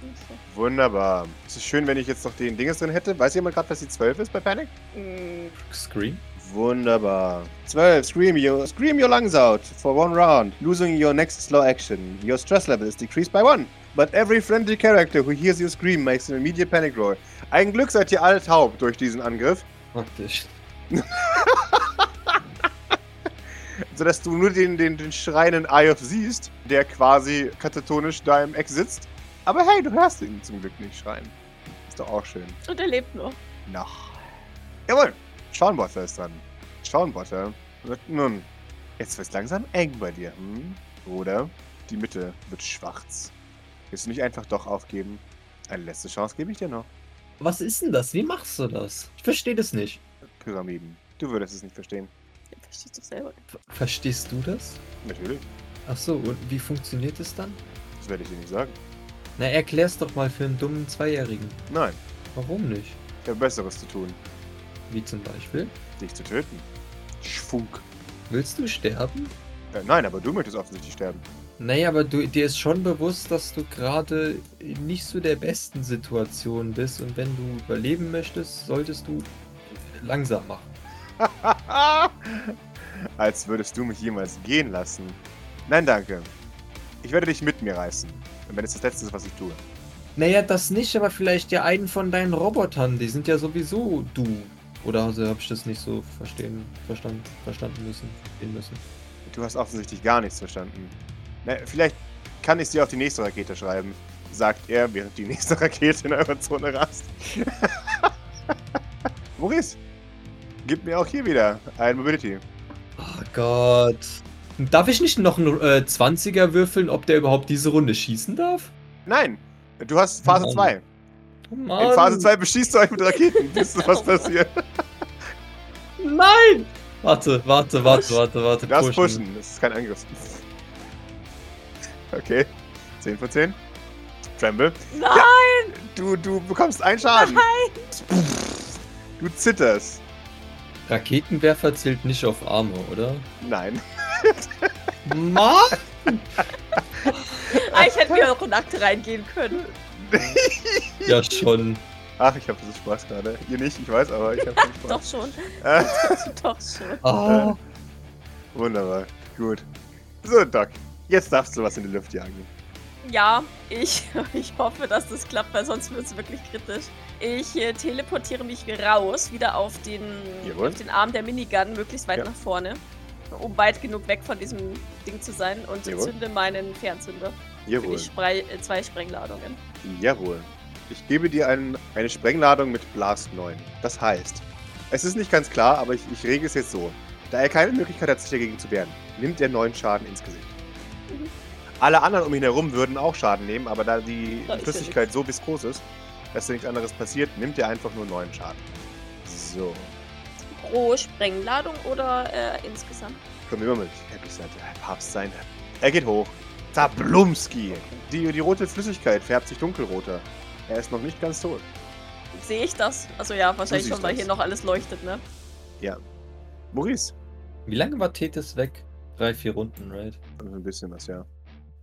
[SPEAKER 2] Wunderbar. Es ist schön, wenn ich jetzt noch den Dinges drin hätte. Weiß jemand gerade, was die 12 ist bei Panic?
[SPEAKER 1] Mm,
[SPEAKER 3] Screen?
[SPEAKER 2] Wunderbar. 12. Scream your, scream your lungs out for one round, losing your next slow action. Your stress level is decreased by one. But every friendly character who hears you scream makes an immediate panic roll. Ein Glück seid ihr alle taub durch diesen Angriff,
[SPEAKER 3] Praktisch.
[SPEAKER 2] sodass du nur den, den, den schreienden Eye siehst, der quasi katatonisch da im Eck sitzt. Aber hey, du hörst ihn zum Glück nicht schreien. Ist doch auch schön.
[SPEAKER 1] Und er lebt noch.
[SPEAKER 2] Noch. Jawohl, Schaunbotter ist dran. Schaunbotter wird nun. Jetzt wird's langsam eng bei dir, hm? Oder die Mitte wird schwarz. Willst du nicht einfach doch aufgeben? Eine letzte Chance gebe ich dir noch.
[SPEAKER 3] Was ist denn das? Wie machst du das? Ich verstehe das nicht.
[SPEAKER 2] Pyramiden. Du würdest es nicht verstehen.
[SPEAKER 1] Er versteht doch selber.
[SPEAKER 3] Ver- Verstehst du das?
[SPEAKER 2] Natürlich.
[SPEAKER 3] Ach so, und wie funktioniert das dann?
[SPEAKER 2] Das werde ich dir nicht sagen.
[SPEAKER 3] Na, erklär's doch mal für einen dummen Zweijährigen.
[SPEAKER 2] Nein,
[SPEAKER 3] Warum nicht?
[SPEAKER 2] ich habe Besseres zu tun.
[SPEAKER 3] Wie zum Beispiel?
[SPEAKER 2] Dich zu töten. Schwunk.
[SPEAKER 3] Willst du sterben?
[SPEAKER 2] Äh, nein, aber du möchtest offensichtlich sterben.
[SPEAKER 3] Naja, aber du, dir ist schon bewusst, dass du gerade nicht so der besten Situation bist und wenn du überleben möchtest, solltest du langsam machen.
[SPEAKER 2] Ah! Als würdest du mich jemals gehen lassen. Nein, danke. Ich werde dich mit mir reißen. Und wenn es das Letzte ist, was ich tue.
[SPEAKER 3] Naja, das nicht, aber vielleicht ja einen von deinen Robotern, die sind ja sowieso du. Oder also habe ich das nicht so verstehen, verstanden, verstanden müssen, verstehen müssen.
[SPEAKER 2] Du hast offensichtlich gar nichts verstanden. Na, vielleicht kann ich dir auf die nächste Rakete schreiben, sagt er, während die nächste Rakete in eurer Zone rast. Maurice, gib mir auch hier wieder ein Mobility.
[SPEAKER 3] Oh Gott. Darf ich nicht noch einen äh, 20er würfeln, ob der überhaupt diese Runde schießen darf?
[SPEAKER 2] Nein, du hast Phase
[SPEAKER 3] Mann.
[SPEAKER 2] 2.
[SPEAKER 3] Oh
[SPEAKER 2] In
[SPEAKER 3] Mann.
[SPEAKER 2] Phase 2 beschießt du euch mit Raketen. Wisst ihr, was passiert?
[SPEAKER 3] Nein!
[SPEAKER 5] Warte, warte, warte, warte, warte.
[SPEAKER 2] Du darfst pushen, das ist kein Angriff. Okay, 10 von 10. Tremble.
[SPEAKER 1] Nein!
[SPEAKER 2] Du, du bekommst einen Schaden. Du zitterst.
[SPEAKER 5] Raketenwerfer zählt nicht auf Arme, oder?
[SPEAKER 2] Nein.
[SPEAKER 5] Ma?
[SPEAKER 1] Ah, ich hätte mir noch nackt reingehen können.
[SPEAKER 5] Ja, schon.
[SPEAKER 2] Ach, ich habe so Spaß gerade. Ihr nicht, ich weiß, aber ich habe so Spaß.
[SPEAKER 1] Doch schon.
[SPEAKER 2] Äh,
[SPEAKER 1] Doch schon.
[SPEAKER 5] Ah.
[SPEAKER 2] wunderbar. Gut. So, Doc. Jetzt darfst du was in die Luft jagen.
[SPEAKER 1] Ja, ich, ich hoffe, dass das klappt, weil sonst wird es wirklich kritisch. Ich äh, teleportiere mich raus, wieder auf den,
[SPEAKER 2] Jawohl.
[SPEAKER 1] auf den Arm der Minigun, möglichst weit
[SPEAKER 2] Ja.
[SPEAKER 1] nach vorne, um weit genug weg von diesem Ding zu sein und
[SPEAKER 2] Jawohl.
[SPEAKER 1] zünde meinen Fernzünder. Für die
[SPEAKER 2] Jawohl.
[SPEAKER 1] Sprei äh, zwei Sprengladungen.
[SPEAKER 2] Jawohl. Ich gebe dir einen, eine Sprengladung mit Blast 9. Das heißt, es ist nicht ganz klar, aber ich, ich rege es jetzt so. Da er keine Möglichkeit hat, sich dagegen zu wehren, nimmt er 9 Schaden ins Gesicht.
[SPEAKER 1] Mhm.
[SPEAKER 2] Alle anderen um ihn herum würden auch Schaden nehmen, aber da die
[SPEAKER 1] Da ist ja
[SPEAKER 2] Flüssigkeit so viskos ist, dass da nichts anderes passiert, nimmt er einfach nur 9 Schaden. So.
[SPEAKER 1] Pro Sprengladung oder äh, insgesamt?
[SPEAKER 2] Können wir immer mit happy sein, der Papst sein. Er geht hoch. Zablumski! Die, die rote Flüssigkeit färbt sich dunkelroter. Er ist noch nicht ganz tot.
[SPEAKER 1] Sehe ich das? Also ja, wahrscheinlich
[SPEAKER 2] siehst
[SPEAKER 1] schon, weil
[SPEAKER 2] das.
[SPEAKER 1] hier noch alles leuchtet, ne?
[SPEAKER 2] Maurice.
[SPEAKER 5] Wie lange war Tethys weg? Drei, vier Runden, right?
[SPEAKER 2] Ein bisschen was, ja.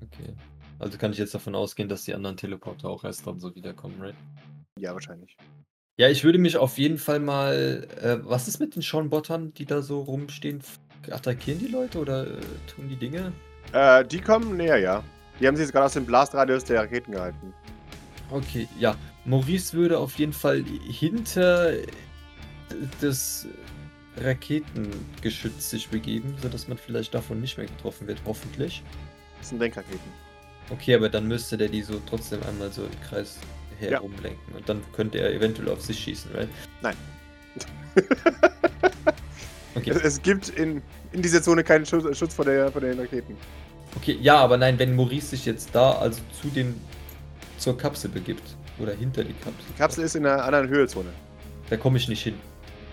[SPEAKER 5] Okay. Also kann ich jetzt davon ausgehen, dass die anderen Teleporter auch erst dann so wiederkommen, right?
[SPEAKER 2] Ja, wahrscheinlich.
[SPEAKER 5] Ja, ich würde mich auf jeden Fall mal. Äh, was ist mit den Sean-Bottern, die da so rumstehen? F- Attackieren die Leute oder äh, tun die Dinge?
[SPEAKER 2] Äh, die kommen näher, ja. Die haben sich jetzt gerade aus dem Blastradius der Raketen gehalten.
[SPEAKER 5] Okay, ja. Maurice würde auf jeden Fall hinter d- das Raketengeschütz sich begeben, sodass man vielleicht davon nicht mehr getroffen wird, hoffentlich.
[SPEAKER 2] Das sind Denkraketen.
[SPEAKER 5] Okay, aber dann müsste der die so trotzdem einmal so im Kreis
[SPEAKER 2] Ja.
[SPEAKER 5] herumlenken und dann könnte er eventuell auf sich schießen, right?
[SPEAKER 2] Nein.
[SPEAKER 5] okay.
[SPEAKER 2] Es, es gibt in, in dieser Zone keinen Schutz, Schutz vor, der, vor den Raketen.
[SPEAKER 5] Okay, ja, aber nein, wenn Maurice sich jetzt da, also zu dem, zur Kapsel begibt. Oder hinter die Kapsel.
[SPEAKER 2] Die Kapsel ist in einer anderen Höhezone.
[SPEAKER 5] Da komme ich nicht hin.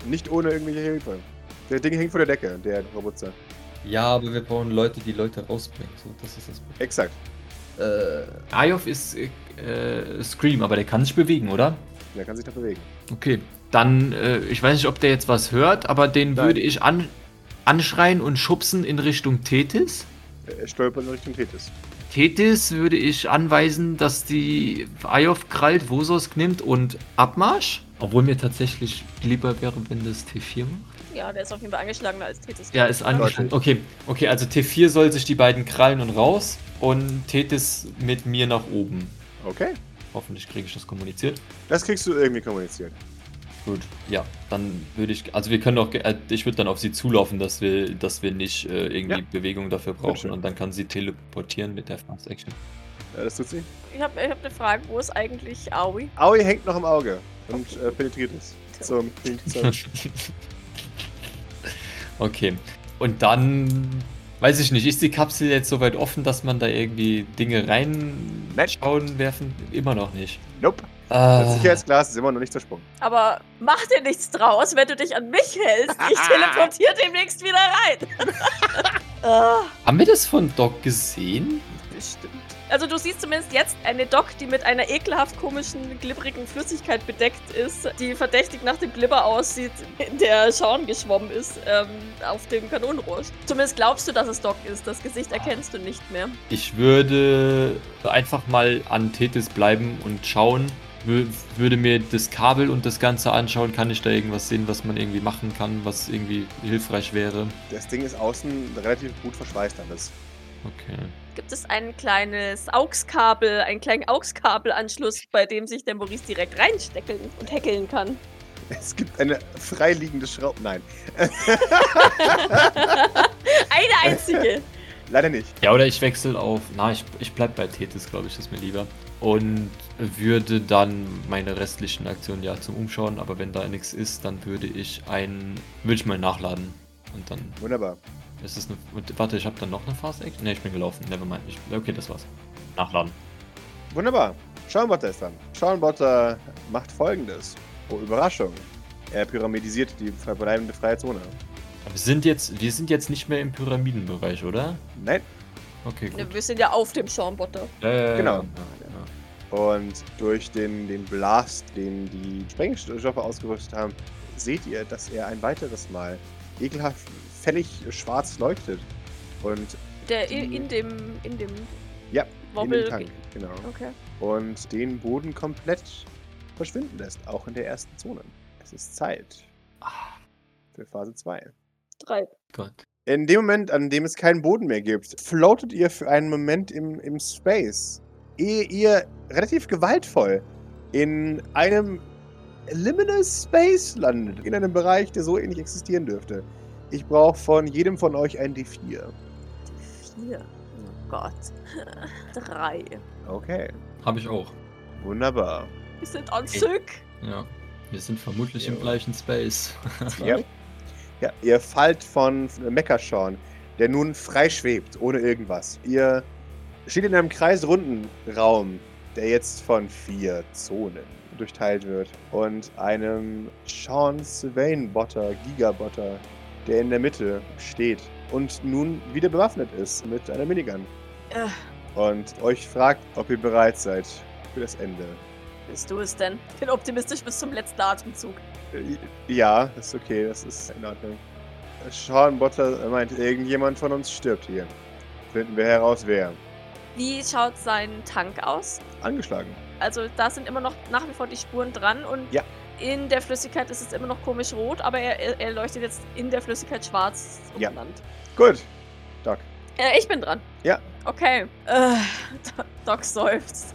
[SPEAKER 2] Nicht ohne irgendwelche Hilfe. Der Ding hängt vor der Decke, der Roboter.
[SPEAKER 5] Ja, aber wir brauchen Leute, die Leute rausbringen. So, das ist das Problem.
[SPEAKER 2] Exakt.
[SPEAKER 5] Äh,
[SPEAKER 3] Ayov ist äh, äh, Scream, aber der kann sich bewegen, oder?
[SPEAKER 2] Der kann sich da bewegen.
[SPEAKER 3] Okay. Dann, äh, ich weiß nicht, ob der jetzt was hört, aber den
[SPEAKER 2] Nein.
[SPEAKER 3] würde ich an, anschreien und schubsen in Richtung Tethys.
[SPEAKER 2] Er stolpert in Richtung Tethys.
[SPEAKER 3] Tethys würde ich anweisen, dass die Ayov krallt, Vosos nimmt und Abmarsch. Obwohl mir tatsächlich lieber wäre, wenn das T4 macht.
[SPEAKER 1] Ja, der ist auf jeden Fall angeschlagener als Tethys.
[SPEAKER 3] Ja, ist angeschlagen.
[SPEAKER 2] Deutlich.
[SPEAKER 3] Okay, okay, also T4 soll sich die beiden krallen und raus und Tethys mit mir nach oben.
[SPEAKER 2] Okay.
[SPEAKER 3] Hoffentlich kriege ich das kommuniziert.
[SPEAKER 2] Das kriegst du irgendwie kommuniziert.
[SPEAKER 3] Gut, ja, dann würde ich, also wir können auch, ge- äh, ich würde dann auf sie zulaufen, dass wir, dass wir nicht äh, irgendwie
[SPEAKER 2] Ja.
[SPEAKER 3] Bewegung dafür
[SPEAKER 2] schön.
[SPEAKER 3] brauchen und dann kann sie teleportieren mit der Fast Action.
[SPEAKER 2] Ja, das tut sie.
[SPEAKER 1] Ich habe ich hab eine Frage, wo ist eigentlich Aoi?
[SPEAKER 2] Aoi hängt noch im Auge und äh, penetriert es. Zum, zum
[SPEAKER 3] okay, und dann, weiß ich nicht, ist die Kapsel jetzt so weit offen, dass man da irgendwie Dinge
[SPEAKER 2] Nein.
[SPEAKER 3] reinschauen, werfen? Immer noch nicht.
[SPEAKER 2] Nope. Das
[SPEAKER 3] Ah.
[SPEAKER 2] Sicherheitsglas ist immer noch nicht zersprungen.
[SPEAKER 1] Aber mach dir nichts draus, wenn du dich an mich hältst. Ich teleportiere demnächst wieder rein. Ah.
[SPEAKER 3] Haben wir das von Doc gesehen?
[SPEAKER 2] Bestimmt.
[SPEAKER 1] also du siehst zumindest jetzt eine Doc, die mit einer ekelhaft komischen, glibberigen Flüssigkeit bedeckt ist, die verdächtig nach dem Glibber aussieht, in der Schauen geschwommen ist, ähm, auf dem Kanonenrohr. Zumindest glaubst du, dass es Doc ist. Das Gesicht erkennst du nicht mehr.
[SPEAKER 3] Ich würde einfach mal an Tethys bleiben und schauen. Wür- Würde mir das Kabel und das Ganze anschauen. Kann ich da irgendwas sehen, was man irgendwie machen kann, was irgendwie hilfreich wäre?
[SPEAKER 2] Das Ding ist außen relativ gut verschweißt alles.
[SPEAKER 3] Okay.
[SPEAKER 1] Gibt es ein kleines AUX-Kabel, einen kleinen AUX-Kabelanschluss, bei dem sich der Maurice direkt reinstecken und häckeln kann?
[SPEAKER 2] Es gibt eine freiliegende Schraube. Nein,
[SPEAKER 1] Eine einzige.
[SPEAKER 2] leider nicht.
[SPEAKER 3] Ja, oder ich wechsle auf. Na, ich, ich bleib bei Tethys, glaube ich, das ist mir lieber. Und würde dann meine restlichen Aktionen ja zum Umschauen, aber wenn da nichts ist, dann würde ich ein. Würde ich mal nachladen. Und dann
[SPEAKER 2] Wunderbar.
[SPEAKER 3] Ist das eine. Warte, ich habe dann noch eine Fast Action? Ne, ich bin gelaufen. Nevermind. Ich, okay, das war's. Nachladen.
[SPEAKER 2] Wunderbar. Schaumbotter ist dran. Schaumbotter macht folgendes. Oh, Überraschung. Er pyramidisiert die verbleibende freie Zone.
[SPEAKER 3] Wir sind jetzt, wir sind jetzt nicht mehr im Pyramidenbereich, oder?
[SPEAKER 2] Nein.
[SPEAKER 3] Okay, gut.
[SPEAKER 1] Ja, Ne, wir sind ja auf dem Schaumbotter.
[SPEAKER 3] Ja, ja, ja,
[SPEAKER 2] Genau.
[SPEAKER 3] ja,
[SPEAKER 2] Und durch den, den Blast, den die Sprengstoffe ausgerüstet haben, seht ihr, dass er ein weiteres Mal ekelhaft fällig schwarz leuchtet. Und
[SPEAKER 1] Der in, in dem. in dem.
[SPEAKER 2] Ja,
[SPEAKER 1] Wobbel.
[SPEAKER 2] in den Tank, genau.
[SPEAKER 1] Okay.
[SPEAKER 2] Und den Boden komplett verschwinden lässt, auch in der ersten Zone. Es ist Zeit
[SPEAKER 3] Ah,
[SPEAKER 2] für Phase 2.
[SPEAKER 1] Drei.
[SPEAKER 3] Gott.
[SPEAKER 2] In dem Moment, an dem es keinen Boden mehr gibt, floatet ihr für einen Moment im, im Space, ehe ihr relativ gewaltvoll in einem Liminal Space landet, in einem Bereich, der so ähnlich existieren dürfte. Ich brauche von jedem von euch ein D4.
[SPEAKER 1] Vier. Oh Gott. Drei.
[SPEAKER 2] Okay,
[SPEAKER 3] Hab ich auch.
[SPEAKER 2] wunderbar.
[SPEAKER 1] Wir sind on
[SPEAKER 3] Okay.
[SPEAKER 1] Stück.
[SPEAKER 3] Ja. Wir sind vermutlich im
[SPEAKER 2] Ja.
[SPEAKER 3] gleichen Space.
[SPEAKER 2] Ja. Ja, ihr fallt von Meckerschorn, der nun frei schwebt, ohne irgendwas. Ihr steht in einem kreisrunden Raum, der jetzt von vier Zonen durchteilt wird. Und einem Sean Sylvain Botter, Gigabotter, der in der Mitte steht und nun wieder bewaffnet ist mit einer Minigun.
[SPEAKER 1] Äh.
[SPEAKER 2] Und euch fragt, ob ihr bereit seid für das Ende.
[SPEAKER 1] Bist du es denn? Ich bin optimistisch bis zum letzten Atemzug.
[SPEAKER 2] Äh, Ja, das ist okay, das ist in Ordnung. Sean Butler meint, irgendjemand von uns stirbt hier. Finden wir heraus, wer.
[SPEAKER 1] Wie schaut sein Tank aus?
[SPEAKER 2] Angeschlagen.
[SPEAKER 1] Also da sind immer noch nach wie vor die Spuren dran und
[SPEAKER 2] Ja.
[SPEAKER 1] in der Flüssigkeit ist es immer noch komisch rot, aber er- er, er leuchtet jetzt in der Flüssigkeit schwarz
[SPEAKER 2] Ja.
[SPEAKER 1] umbenannt.
[SPEAKER 2] Gut. Doc.
[SPEAKER 1] Äh, ich bin dran.
[SPEAKER 2] Ja.
[SPEAKER 1] Okay. Äh, Do- Doc seufzt,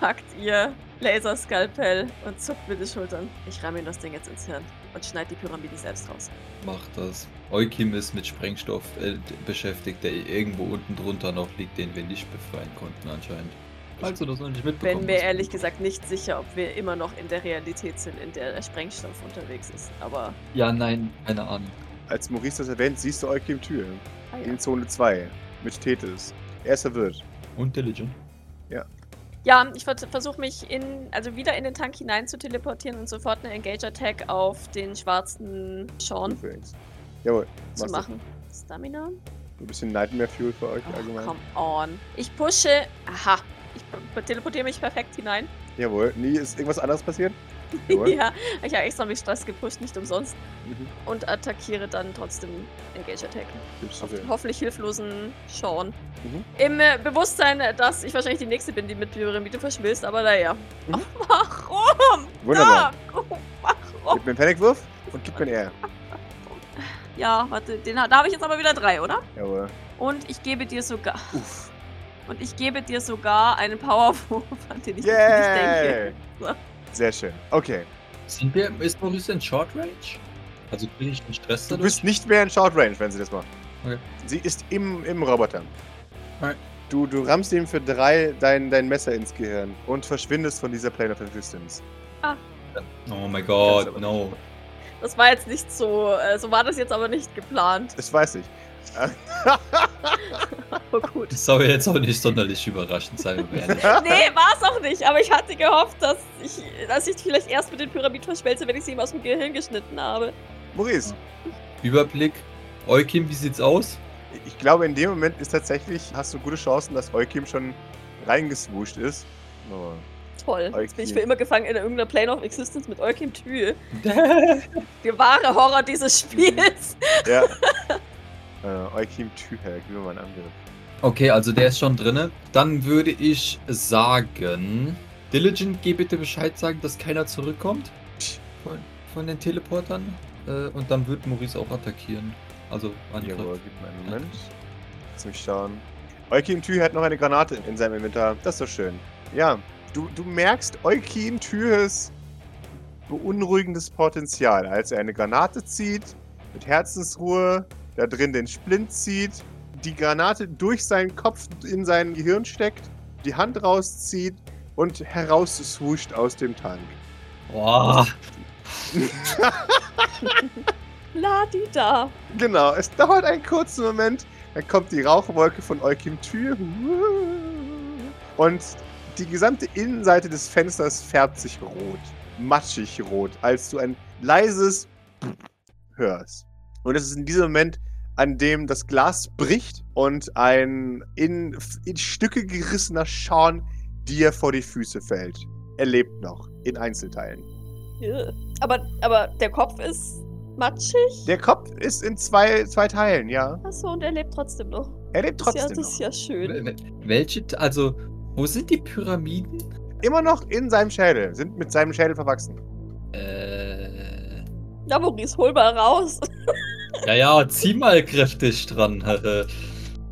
[SPEAKER 1] packt ihr Laserskalpell und zuckt mit den Schultern. Ich ramme ihm das Ding jetzt ins Hirn und schneid die Pyramiden selbst raus.
[SPEAKER 5] Macht das. Eukim ist mit Sprengstoff äh, d- beschäftigt, der irgendwo unten drunter noch liegt, den wir nicht befreien konnten anscheinend. Falls du das noch nicht mitbekommen
[SPEAKER 1] Bin mir
[SPEAKER 5] hast.
[SPEAKER 1] ehrlich gesagt nicht sicher, ob wir immer noch in der Realität sind, in der der Sprengstoff unterwegs ist. Aber
[SPEAKER 5] Ja, nein, keine Ahnung.
[SPEAKER 2] Als Maurice das erwähnt, siehst du Eukim Tür.
[SPEAKER 1] ah ja.
[SPEAKER 2] In Zone 2. Mit Tethys. Er ist verwirrt.
[SPEAKER 5] Und Diligent.
[SPEAKER 1] Ja, ich versuche mich in, also wieder in den Tank hinein zu teleportieren und sofort eine Engage-Attack auf den schwarzen Sean
[SPEAKER 2] Übrigens. Jawohl.
[SPEAKER 1] zu
[SPEAKER 2] machst
[SPEAKER 1] machen. Stamina?
[SPEAKER 2] Du. Ein bisschen Nightmare Fuel für euch
[SPEAKER 1] Ach,
[SPEAKER 2] allgemein.
[SPEAKER 1] come on. Ich pushe. Aha. Ich p- teleportiere mich perfekt hinein.
[SPEAKER 2] Jawohl. Nie ist irgendwas anderes passiert?
[SPEAKER 1] ja, ich habe extra mit Stress gepusht, nicht umsonst.
[SPEAKER 2] Mhm.
[SPEAKER 1] Und attackiere dann trotzdem Engage-Attack.
[SPEAKER 2] Gibst du
[SPEAKER 1] Auf
[SPEAKER 2] dir.
[SPEAKER 1] den hoffentlich hilflosen Sean.
[SPEAKER 2] Mhm.
[SPEAKER 1] Im äh, Bewusstsein, dass ich wahrscheinlich die Nächste bin, die mit Pyramide verschmilzt, aber naja.
[SPEAKER 2] Mhm.
[SPEAKER 1] Warum?
[SPEAKER 2] Wunderbar.
[SPEAKER 1] Doc? Warum?
[SPEAKER 2] Gib mir einen Panicwurf und gib mir einen R.
[SPEAKER 1] Ja, warte, den, da habe ich jetzt aber wieder drei, oder?
[SPEAKER 2] Jawohl.
[SPEAKER 1] Und ich gebe dir sogar.
[SPEAKER 2] Uff.
[SPEAKER 1] Und ich gebe dir sogar einen Powerwurf, an den ich yeah.
[SPEAKER 2] Yay!
[SPEAKER 1] nicht denke.
[SPEAKER 2] Sehr schön. Okay.
[SPEAKER 5] Sind wir, ist Maurice in Short Range? Also kriege ich den Stress
[SPEAKER 2] Du
[SPEAKER 5] dadurch?
[SPEAKER 2] bist nicht mehr in Short Range, wenn sie das macht.
[SPEAKER 5] Okay.
[SPEAKER 2] Sie ist im, im Roboter.
[SPEAKER 5] Alright.
[SPEAKER 2] Du, du rammst ihm für drei dein, dein Messer ins Gehirn und verschwindest von dieser Plane of Existence.
[SPEAKER 5] Oh mein
[SPEAKER 2] Kannst aber
[SPEAKER 5] Gott, no.
[SPEAKER 1] Das war jetzt nicht so. Äh, so war das jetzt aber nicht geplant.
[SPEAKER 2] Das weiß ich.
[SPEAKER 1] Aber gut.
[SPEAKER 5] Das soll jetzt auch nicht sonderlich überraschend sein, wenn wir ehrlich
[SPEAKER 1] nee, war es auch nicht. Aber ich hatte gehofft, dass ich, dass ich vielleicht erst mit den Pyramiden verschmelze, wenn ich sie ihm aus dem Gehirn geschnitten habe.
[SPEAKER 2] Maurice,
[SPEAKER 5] Überblick. Eukim, wie sieht's aus?
[SPEAKER 2] ich glaube, in dem Moment ist tatsächlich, hast du gute Chancen, dass Eukim schon reingeswuscht ist. Oh. Aber
[SPEAKER 1] Toll. Jetzt bin ich für
[SPEAKER 2] Eukim.
[SPEAKER 1] immer gefangen in irgendeiner Plane of Existence mit Eukim Tür. Der wahre Horror dieses Spiels.
[SPEAKER 2] ja. äh, Eukim Tüher, gib mir mal einen Angriff.
[SPEAKER 5] Okay, also der ist schon drinne. Dann würde ich sagen, Diligent, geh bitte Bescheid sagen, dass keiner zurückkommt von, von den Teleportern. Äh, und dann wird Maurice auch attackieren. Also Angriff.
[SPEAKER 2] Jawohl, gib mir einen Moment. Lass mich schauen. Eukin Tü hat noch eine Granate in seinem Inventar. Das ist doch schön. Ja, du, du merkst Eukin Tühes beunruhigendes Potenzial, als er eine Granate zieht, mit Herzensruhe, da drin den Splint zieht, die Granate durch seinen Kopf in sein Gehirn steckt, die Hand rauszieht und heraus swoosh aus dem Tank.
[SPEAKER 5] Boah.
[SPEAKER 1] Ladida.
[SPEAKER 2] Genau, es dauert einen kurzen Moment, dann kommt die Rauchwolke von Eukim Tür und die gesamte Innenseite des Fensters färbt sich rot, matschig rot, als du ein leises hörst. Und es ist in diesem Moment, an dem das Glas bricht und ein in, in Stücke gerissener Schorn dir vor die Füße fällt. Er lebt noch, in Einzelteilen.
[SPEAKER 1] Ugh. Aber, aber der Kopf ist matschig.
[SPEAKER 2] Der Kopf ist in zwei, zwei Teilen, ja.
[SPEAKER 1] Achso, und er lebt trotzdem noch.
[SPEAKER 2] Er lebt
[SPEAKER 1] Das ist ja,
[SPEAKER 2] trotzdem
[SPEAKER 1] das ist
[SPEAKER 2] noch.
[SPEAKER 1] ja schön.
[SPEAKER 5] Welche, also, wo sind die Pyramiden?
[SPEAKER 2] Immer noch in seinem Schädel, sind mit seinem Schädel verwachsen.
[SPEAKER 5] Äh.
[SPEAKER 1] Na, Maurice, hol mal raus.
[SPEAKER 5] Ja, ja, zieh mal kräftig dran. äh,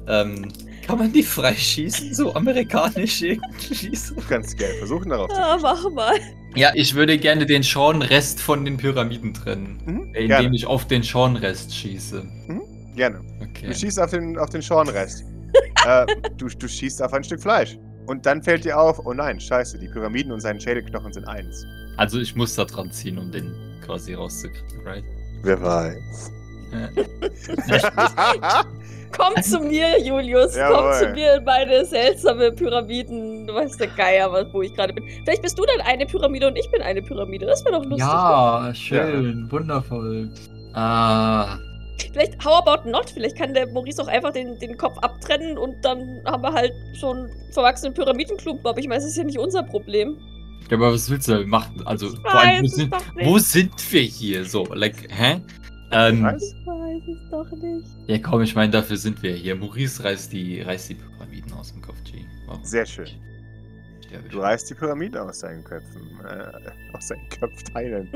[SPEAKER 5] ähm, kann man die freischießen? So amerikanisch irgendwie? So?
[SPEAKER 2] Du kannst gerne versuchen, darauf zu
[SPEAKER 1] Ja, Ah, mach mal.
[SPEAKER 3] Ja, ich würde gerne den Schornrest von den Pyramiden trennen, äh,
[SPEAKER 2] mhm,
[SPEAKER 3] indem
[SPEAKER 2] Gerne,
[SPEAKER 3] ich auf den Schornrest schieße.
[SPEAKER 2] gerne. Du
[SPEAKER 3] Okay.
[SPEAKER 2] schießt auf den, auf den Schornrest. äh, du, du schießt auf ein Stück Fleisch. Und dann fällt dir auf, oh nein, scheiße, die Pyramiden und seinen Schädelknochen sind eins.
[SPEAKER 3] Also ich muss da dran ziehen, um den quasi rauszukriegen, right?
[SPEAKER 2] Wer weiß.
[SPEAKER 1] Komm zu mir, Julius.
[SPEAKER 2] Jawohl.
[SPEAKER 1] Komm zu mir in meine seltsame Pyramiden. Du weißt der Geier, was- wo ich gerade bin. Vielleicht bist du dann eine Pyramide und ich bin eine Pyramide. Das wäre doch lustig.
[SPEAKER 6] Ja, schön, wundervoll. Ah,
[SPEAKER 1] Vielleicht, how about not? Vielleicht kann der Maurice auch einfach den, den Kopf abtrennen und dann haben wir halt so einen verwachsenen Pyramidenklumpen. Aber ich meine, das ist ja nicht unser Problem.
[SPEAKER 3] Ja, aber was willst du machen? Also,
[SPEAKER 1] Ich
[SPEAKER 3] vor allem, wo,
[SPEAKER 1] weiß es
[SPEAKER 3] sind,
[SPEAKER 1] doch nicht.
[SPEAKER 3] wo sind wir hier? So, like, hä? Ähm,
[SPEAKER 2] Was?
[SPEAKER 1] Ich weiß es doch nicht.
[SPEAKER 3] ja, komm, ich meine, dafür sind wir hier. Maurice reißt die, reißt die Pyramiden aus dem Kopf, G. Warum?
[SPEAKER 2] Sehr schön.
[SPEAKER 3] Sterbe ich.
[SPEAKER 2] Du reißt die Pyramiden aus seinen Köpfen, äh, aus seinen Köpfteilen.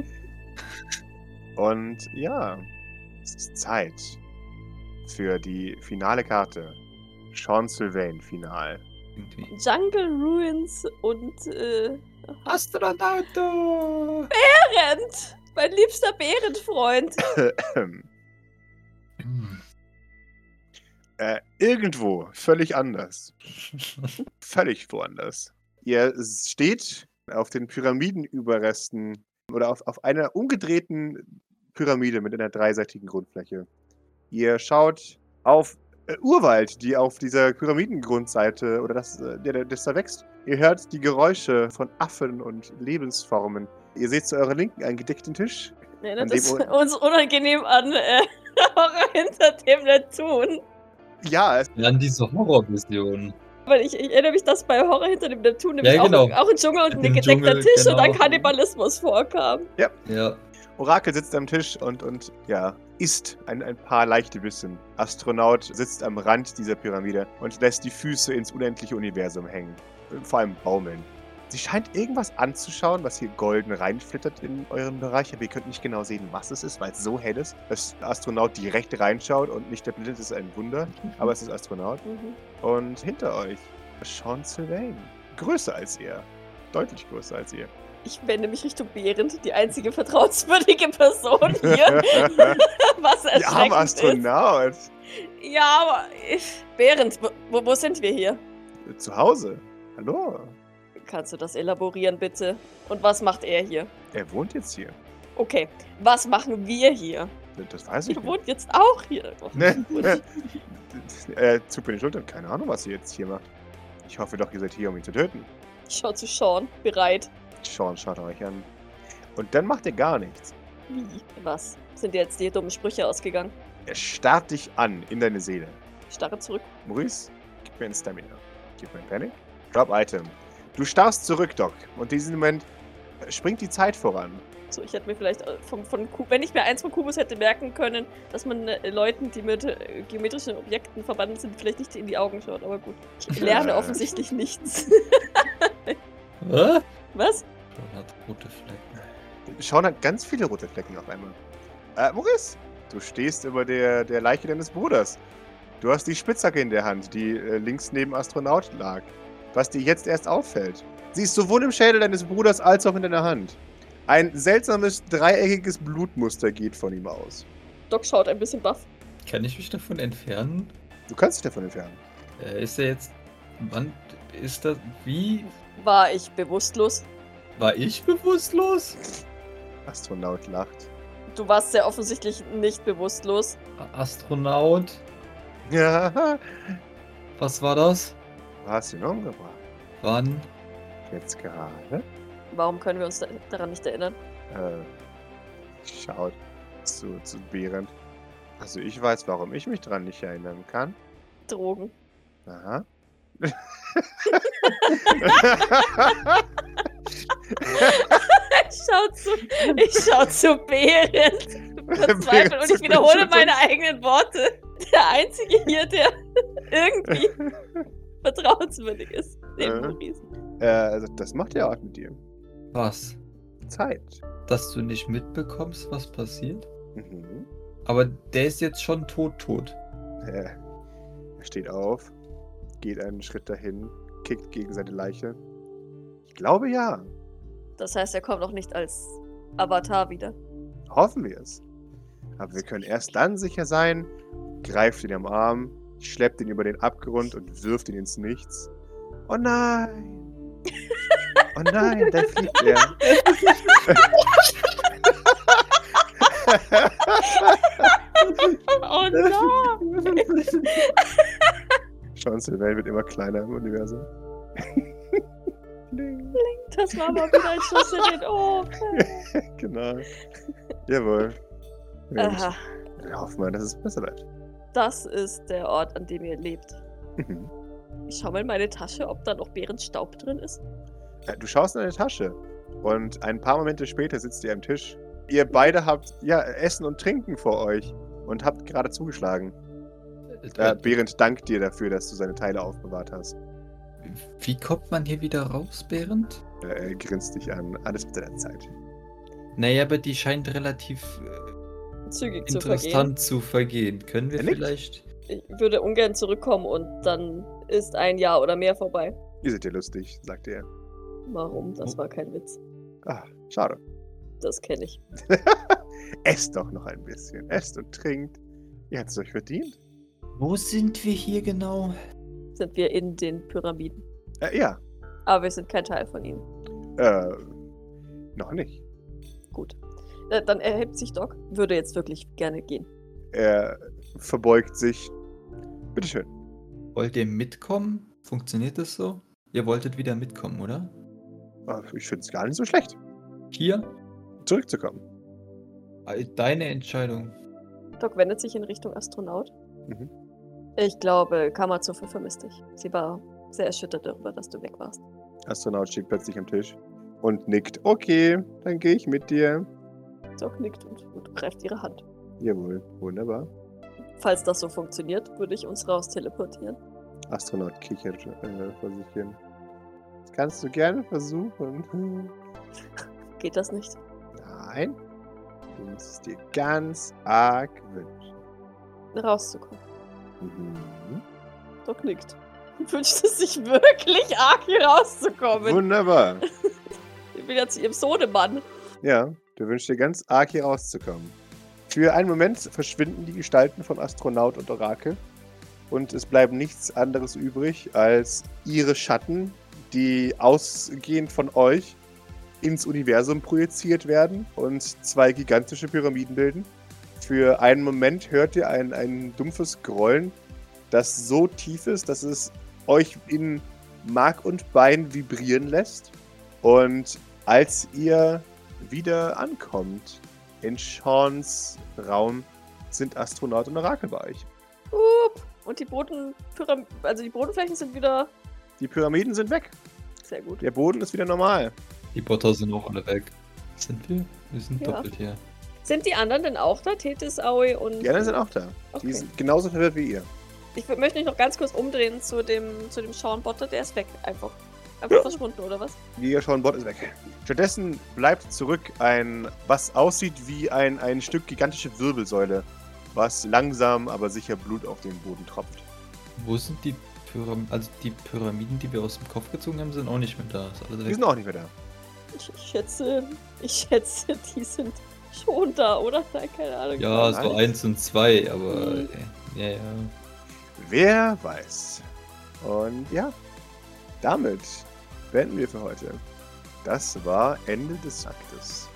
[SPEAKER 2] Und ja, es ist Zeit für die finale Karte. Sean Sylvain Final.
[SPEAKER 3] Irgendwie.
[SPEAKER 1] Jungle Ruins und äh,
[SPEAKER 5] Astronauto!
[SPEAKER 1] Berend. Mein liebster Bärenfreund.
[SPEAKER 2] Ähm,
[SPEAKER 3] Hm.
[SPEAKER 2] Äh, irgendwo, völlig anders. völlig woanders. Ihr steht auf den Pyramidenüberresten oder auf, auf einer umgedrehten Pyramide mit einer dreiseitigen Grundfläche. Ihr schaut auf äh, Urwald, die auf dieser Pyramidengrundseite oder das, äh, der, der, das da wächst. Ihr hört die Geräusche von Affen und Lebensformen. Ihr seht zu eurer Linken einen gedeckten Tisch. An
[SPEAKER 1] Erinnert
[SPEAKER 2] dem
[SPEAKER 1] es
[SPEAKER 2] Un-
[SPEAKER 1] uns unangenehm an äh, Horror hinter dem Neptun.
[SPEAKER 2] Ja, es,
[SPEAKER 5] Dann diese Horrorvision.
[SPEAKER 1] Weil ich, ich erinnere mich, dass bei Horror hinter dem Neptun nämlich
[SPEAKER 5] Ja, genau.
[SPEAKER 1] auch, auch ein Dschungel und ein
[SPEAKER 5] Im
[SPEAKER 1] gedeckter
[SPEAKER 5] Dschungel,
[SPEAKER 1] Tisch und dann
[SPEAKER 5] genau.
[SPEAKER 1] Kannibalismus vorkam.
[SPEAKER 5] Ja.
[SPEAKER 2] Orakel sitzt am Tisch und, und ja, isst ein, ein paar leichte Bissen. Astronaut sitzt am Rand dieser Pyramide und lässt die Füße ins unendliche Universum hängen. Und Vor allem baumeln. Sie scheint irgendwas anzuschauen, was hier golden reinflittert in euren Bereich, aber ihr könnt nicht genau sehen, was es ist, weil es so hell ist, dass der Astronaut direkt reinschaut und nicht erblindet ist ein Wunder, aber es ist Astronaut.
[SPEAKER 1] Mhm.
[SPEAKER 2] Und hinter euch, Sean Sylvain. Größer als ihr. Deutlich größer als ihr.
[SPEAKER 1] Ich wende mich Richtung Behrend, die einzige vertrauenswürdige Person hier. Was
[SPEAKER 2] Ihr armer
[SPEAKER 1] erschreckend ist.
[SPEAKER 2] Astronaut.
[SPEAKER 1] Ja, aber ich, Behrend, wo- wo, wo sind wir hier?
[SPEAKER 2] Zu Hause. Hallo.
[SPEAKER 1] Kannst du das elaborieren, bitte? Und was macht er hier?
[SPEAKER 2] Er wohnt jetzt hier.
[SPEAKER 1] Okay, was machen wir hier?
[SPEAKER 2] Das weiß ich
[SPEAKER 1] Ihr
[SPEAKER 2] nicht.
[SPEAKER 1] wohnt jetzt auch hier. Oh,
[SPEAKER 2] Ne? äh, zuckt mit den Schultern. Keine Ahnung, was ihr jetzt hier macht. Ich hoffe doch, ihr seid hier, um ihn zu töten.
[SPEAKER 1] Ich schau zu Sean, bereit.
[SPEAKER 2] Sean schaut euch an. Und dann macht er gar nichts.
[SPEAKER 1] Wie? Was? Sind dir jetzt die dummen Sprüche ausgegangen?
[SPEAKER 2] Er starrt dich an in deine Seele.
[SPEAKER 1] Starre zurück.
[SPEAKER 2] Maurice, gib mir ein Stamina. Gib mir ein Panic. Drop Item. Du starrst zurück, Doc. Und in diesem Moment springt die Zeit voran.
[SPEAKER 1] So, ich hätte mir vielleicht äh, von, von Ku- wenn ich mir eins von Kubus hätte merken können, dass man äh, Leuten, die mit äh, geometrischen Objekten verwandt sind, vielleicht nicht in die Augen schaut. Aber gut, ich lerne
[SPEAKER 2] Äh.
[SPEAKER 1] offensichtlich nichts.
[SPEAKER 5] Hä?
[SPEAKER 1] Was?
[SPEAKER 5] Schon hat rote Flecken.
[SPEAKER 2] Sean hat ganz viele rote Flecken auf einmal. Äh, Maurice, du stehst über der, der Leiche deines Bruders. Du hast die Spitzhacke in der Hand, die äh, links neben Astronaut lag. Was dir jetzt erst auffällt. Sie ist sowohl im Schädel deines Bruders als auch in deiner Hand. Ein seltsames, dreieckiges Blutmuster geht von ihm aus.
[SPEAKER 1] Doc schaut ein bisschen baff.
[SPEAKER 5] Kann ich mich davon entfernen?
[SPEAKER 2] Du kannst dich davon entfernen.
[SPEAKER 5] Äh, ist er jetzt. Wann ist das. Wie?
[SPEAKER 1] War ich bewusstlos?
[SPEAKER 5] War ich bewusstlos?
[SPEAKER 2] Astronaut lacht.
[SPEAKER 1] Du warst sehr offensichtlich nicht bewusstlos.
[SPEAKER 5] A- Astronaut?
[SPEAKER 2] Ja, du
[SPEAKER 5] Was war das?
[SPEAKER 2] hast ihn umgebracht.
[SPEAKER 5] Wann?
[SPEAKER 2] Jetzt gerade.
[SPEAKER 1] Warum können wir uns da daran nicht erinnern?
[SPEAKER 2] Äh, schaut zu, zu Behrend. Also ich weiß, warum ich mich dran nicht erinnern kann.
[SPEAKER 1] Drogen.
[SPEAKER 2] Aha.
[SPEAKER 1] Ich schau zu, ich schau zu Behrend. Verzweifelt und ich wiederhole meine eigenen Worte. Der Einzige hier, der irgendwie vertrauenswürdig ist. Neben
[SPEAKER 2] Äh.
[SPEAKER 1] Maurice.
[SPEAKER 2] Äh, also das macht der Ort mit dir.
[SPEAKER 5] Was?
[SPEAKER 2] Zeit.
[SPEAKER 5] Dass du nicht mitbekommst, was passiert?
[SPEAKER 2] Mhm.
[SPEAKER 5] Aber der ist jetzt schon tot, tot.
[SPEAKER 2] Äh, Er steht auf, geht einen Schritt dahin, kickt gegen seine Leiche. Ich glaube ja.
[SPEAKER 1] Das heißt, er kommt auch nicht als Avatar wieder.
[SPEAKER 2] Hoffen wir es. Aber wir können erst dann sicher sein, greift ihn am Arm, schleppt ihn über den Abgrund und wirft ihn ins Nichts. Oh nein! Oh nein, da fliegt er.
[SPEAKER 1] Oh no!
[SPEAKER 2] Sean Sylvain wird immer kleiner im Universum. Bling.
[SPEAKER 1] Das war mal wieder ein Schuss in den Ofen.
[SPEAKER 2] genau. Jawohl. Mensch,
[SPEAKER 1] Aha,
[SPEAKER 2] dann hoffen wir, dass es besser wird.
[SPEAKER 1] das ist der Ort, an dem ihr lebt.
[SPEAKER 2] Mhm.
[SPEAKER 1] Ich schau mal in meine Tasche, ob da noch Bärenstaub drin ist.
[SPEAKER 2] Äh, Du schaust in deine Tasche und ein paar Momente später sitzt ihr am Tisch. Ihr beide habt ja Essen und Trinken vor euch und habt gerade zugeschlagen. Äh, Behrend dankt dir dafür, dass du seine Teile aufbewahrt hast.
[SPEAKER 5] Wie kommt man hier wieder raus, Behrend?
[SPEAKER 2] Äh, Er grinst dich an. Alles mit deiner Zeit.
[SPEAKER 5] Naja, aber die scheint relativ äh,
[SPEAKER 1] Zügig zu vergehen.
[SPEAKER 5] interessant zu vergehen. Können wir
[SPEAKER 2] Er nickt.
[SPEAKER 5] vielleicht.
[SPEAKER 1] Ich würde ungern zurückkommen und dann ist ein Jahr oder mehr vorbei.
[SPEAKER 2] Ihr seid ja lustig, sagt er.
[SPEAKER 1] Warum? Das war kein Witz.
[SPEAKER 2] Ah, schade.
[SPEAKER 1] Das kenne ich.
[SPEAKER 2] Esst doch noch ein bisschen. Esst und trinkt. Ihr habt es euch verdient.
[SPEAKER 3] Wo sind wir hier genau?
[SPEAKER 1] Sind wir in den Pyramiden.
[SPEAKER 2] Äh, ja,
[SPEAKER 1] Aber wir sind kein Teil von ihnen.
[SPEAKER 2] äh, noch nicht.
[SPEAKER 1] Gut. Äh, Dann erhebt sich Doc. Würde jetzt wirklich gerne gehen.
[SPEAKER 2] Er verbeugt sich. Bitteschön.
[SPEAKER 5] Wollt ihr mitkommen? Funktioniert das so? Ihr wolltet wieder mitkommen, oder?
[SPEAKER 2] Ah, Ich finde es gar nicht so schlecht,
[SPEAKER 5] Hier?
[SPEAKER 2] zurückzukommen.
[SPEAKER 5] Äh, Deine Entscheidung.
[SPEAKER 1] Doc wendet sich in Richtung Astronaut.
[SPEAKER 2] Mhm.
[SPEAKER 1] Ich glaube, Kamazufu vermisst dich. Sie war sehr erschüttert darüber, dass du weg warst.
[SPEAKER 2] Astronaut steht plötzlich am Tisch und nickt. Okay, dann gehe ich mit dir.
[SPEAKER 1] Doc nickt und, und greift ihre Hand.
[SPEAKER 2] Jawohl, wunderbar.
[SPEAKER 1] Falls das so funktioniert, würde ich uns raus teleportieren.
[SPEAKER 2] Astronaut kichert äh, vor sich hin. Das kannst du gerne versuchen. Hm.
[SPEAKER 1] Geht das nicht?
[SPEAKER 2] Nein, du musst es dir ganz arg wünschen.
[SPEAKER 1] Rauszukommen.
[SPEAKER 2] Mhm.
[SPEAKER 1] Doc nickt. Wünscht es sich wirklich arg, hier rauszukommen.
[SPEAKER 2] Wunderbar.
[SPEAKER 1] Ich bin ja zu ihrem Sohnemann.
[SPEAKER 2] Ja, du wünschst dir ganz arg hier rauszukommen. Für einen Moment verschwinden die Gestalten von Astronaut und Orakel und es bleibt nichts anderes übrig als ihre Schatten, die ausgehend von euch ins Universum projiziert werden und zwei gigantische Pyramiden bilden. Für einen Moment hört ihr ein, ein dumpfes Grollen, das so tief ist, dass es euch in Mark und Bein vibrieren lässt. Und als ihr wieder ankommt in Seans Raum, sind Astronaut und Orakel bei euch.
[SPEAKER 1] Upp. Und die Boden, also die Bodenflächen sind wieder
[SPEAKER 2] Die Pyramiden sind weg.
[SPEAKER 1] sehr gut.
[SPEAKER 2] Der Boden ist wieder normal.
[SPEAKER 5] Die Butter sind auch alle weg. Sind wir? Wir sind
[SPEAKER 1] Ja.
[SPEAKER 5] doppelt hier.
[SPEAKER 1] Sind die anderen denn auch da? Tethys, Aoi und.
[SPEAKER 2] Die anderen sind auch da.
[SPEAKER 1] Okay.
[SPEAKER 2] Die sind genauso verwirrt wie ihr.
[SPEAKER 1] Ich wür- möchte mich noch ganz kurz umdrehen zu dem, zu dem Sean Botter, der ist weg. Einfach. Einfach verschwunden, oder was?
[SPEAKER 2] Jäger Sean Bot ist weg. Stattdessen bleibt zurück ein, was aussieht wie ein, ein Stück gigantische Wirbelsäule, was langsam, aber sicher Blut auf den Boden tropft.
[SPEAKER 5] Wo sind die Pyramiden? Also die Pyramiden, die wir aus dem Kopf gezogen haben, sind auch nicht mehr da. Ist alles
[SPEAKER 2] Die
[SPEAKER 5] weg.
[SPEAKER 2] sind auch nicht mehr da.
[SPEAKER 1] Ich, ich schätze, ich schätze, die sind schon da, oder? Nein, keine Ahnung.
[SPEAKER 5] Ja,
[SPEAKER 2] Nein.
[SPEAKER 5] so eins und zwei, aber.
[SPEAKER 2] Hm.
[SPEAKER 1] Mhm.
[SPEAKER 5] äh, Ja, ja.
[SPEAKER 2] Wer weiß. Und ja, damit beenden wir für heute. Das war Ende des Aktes.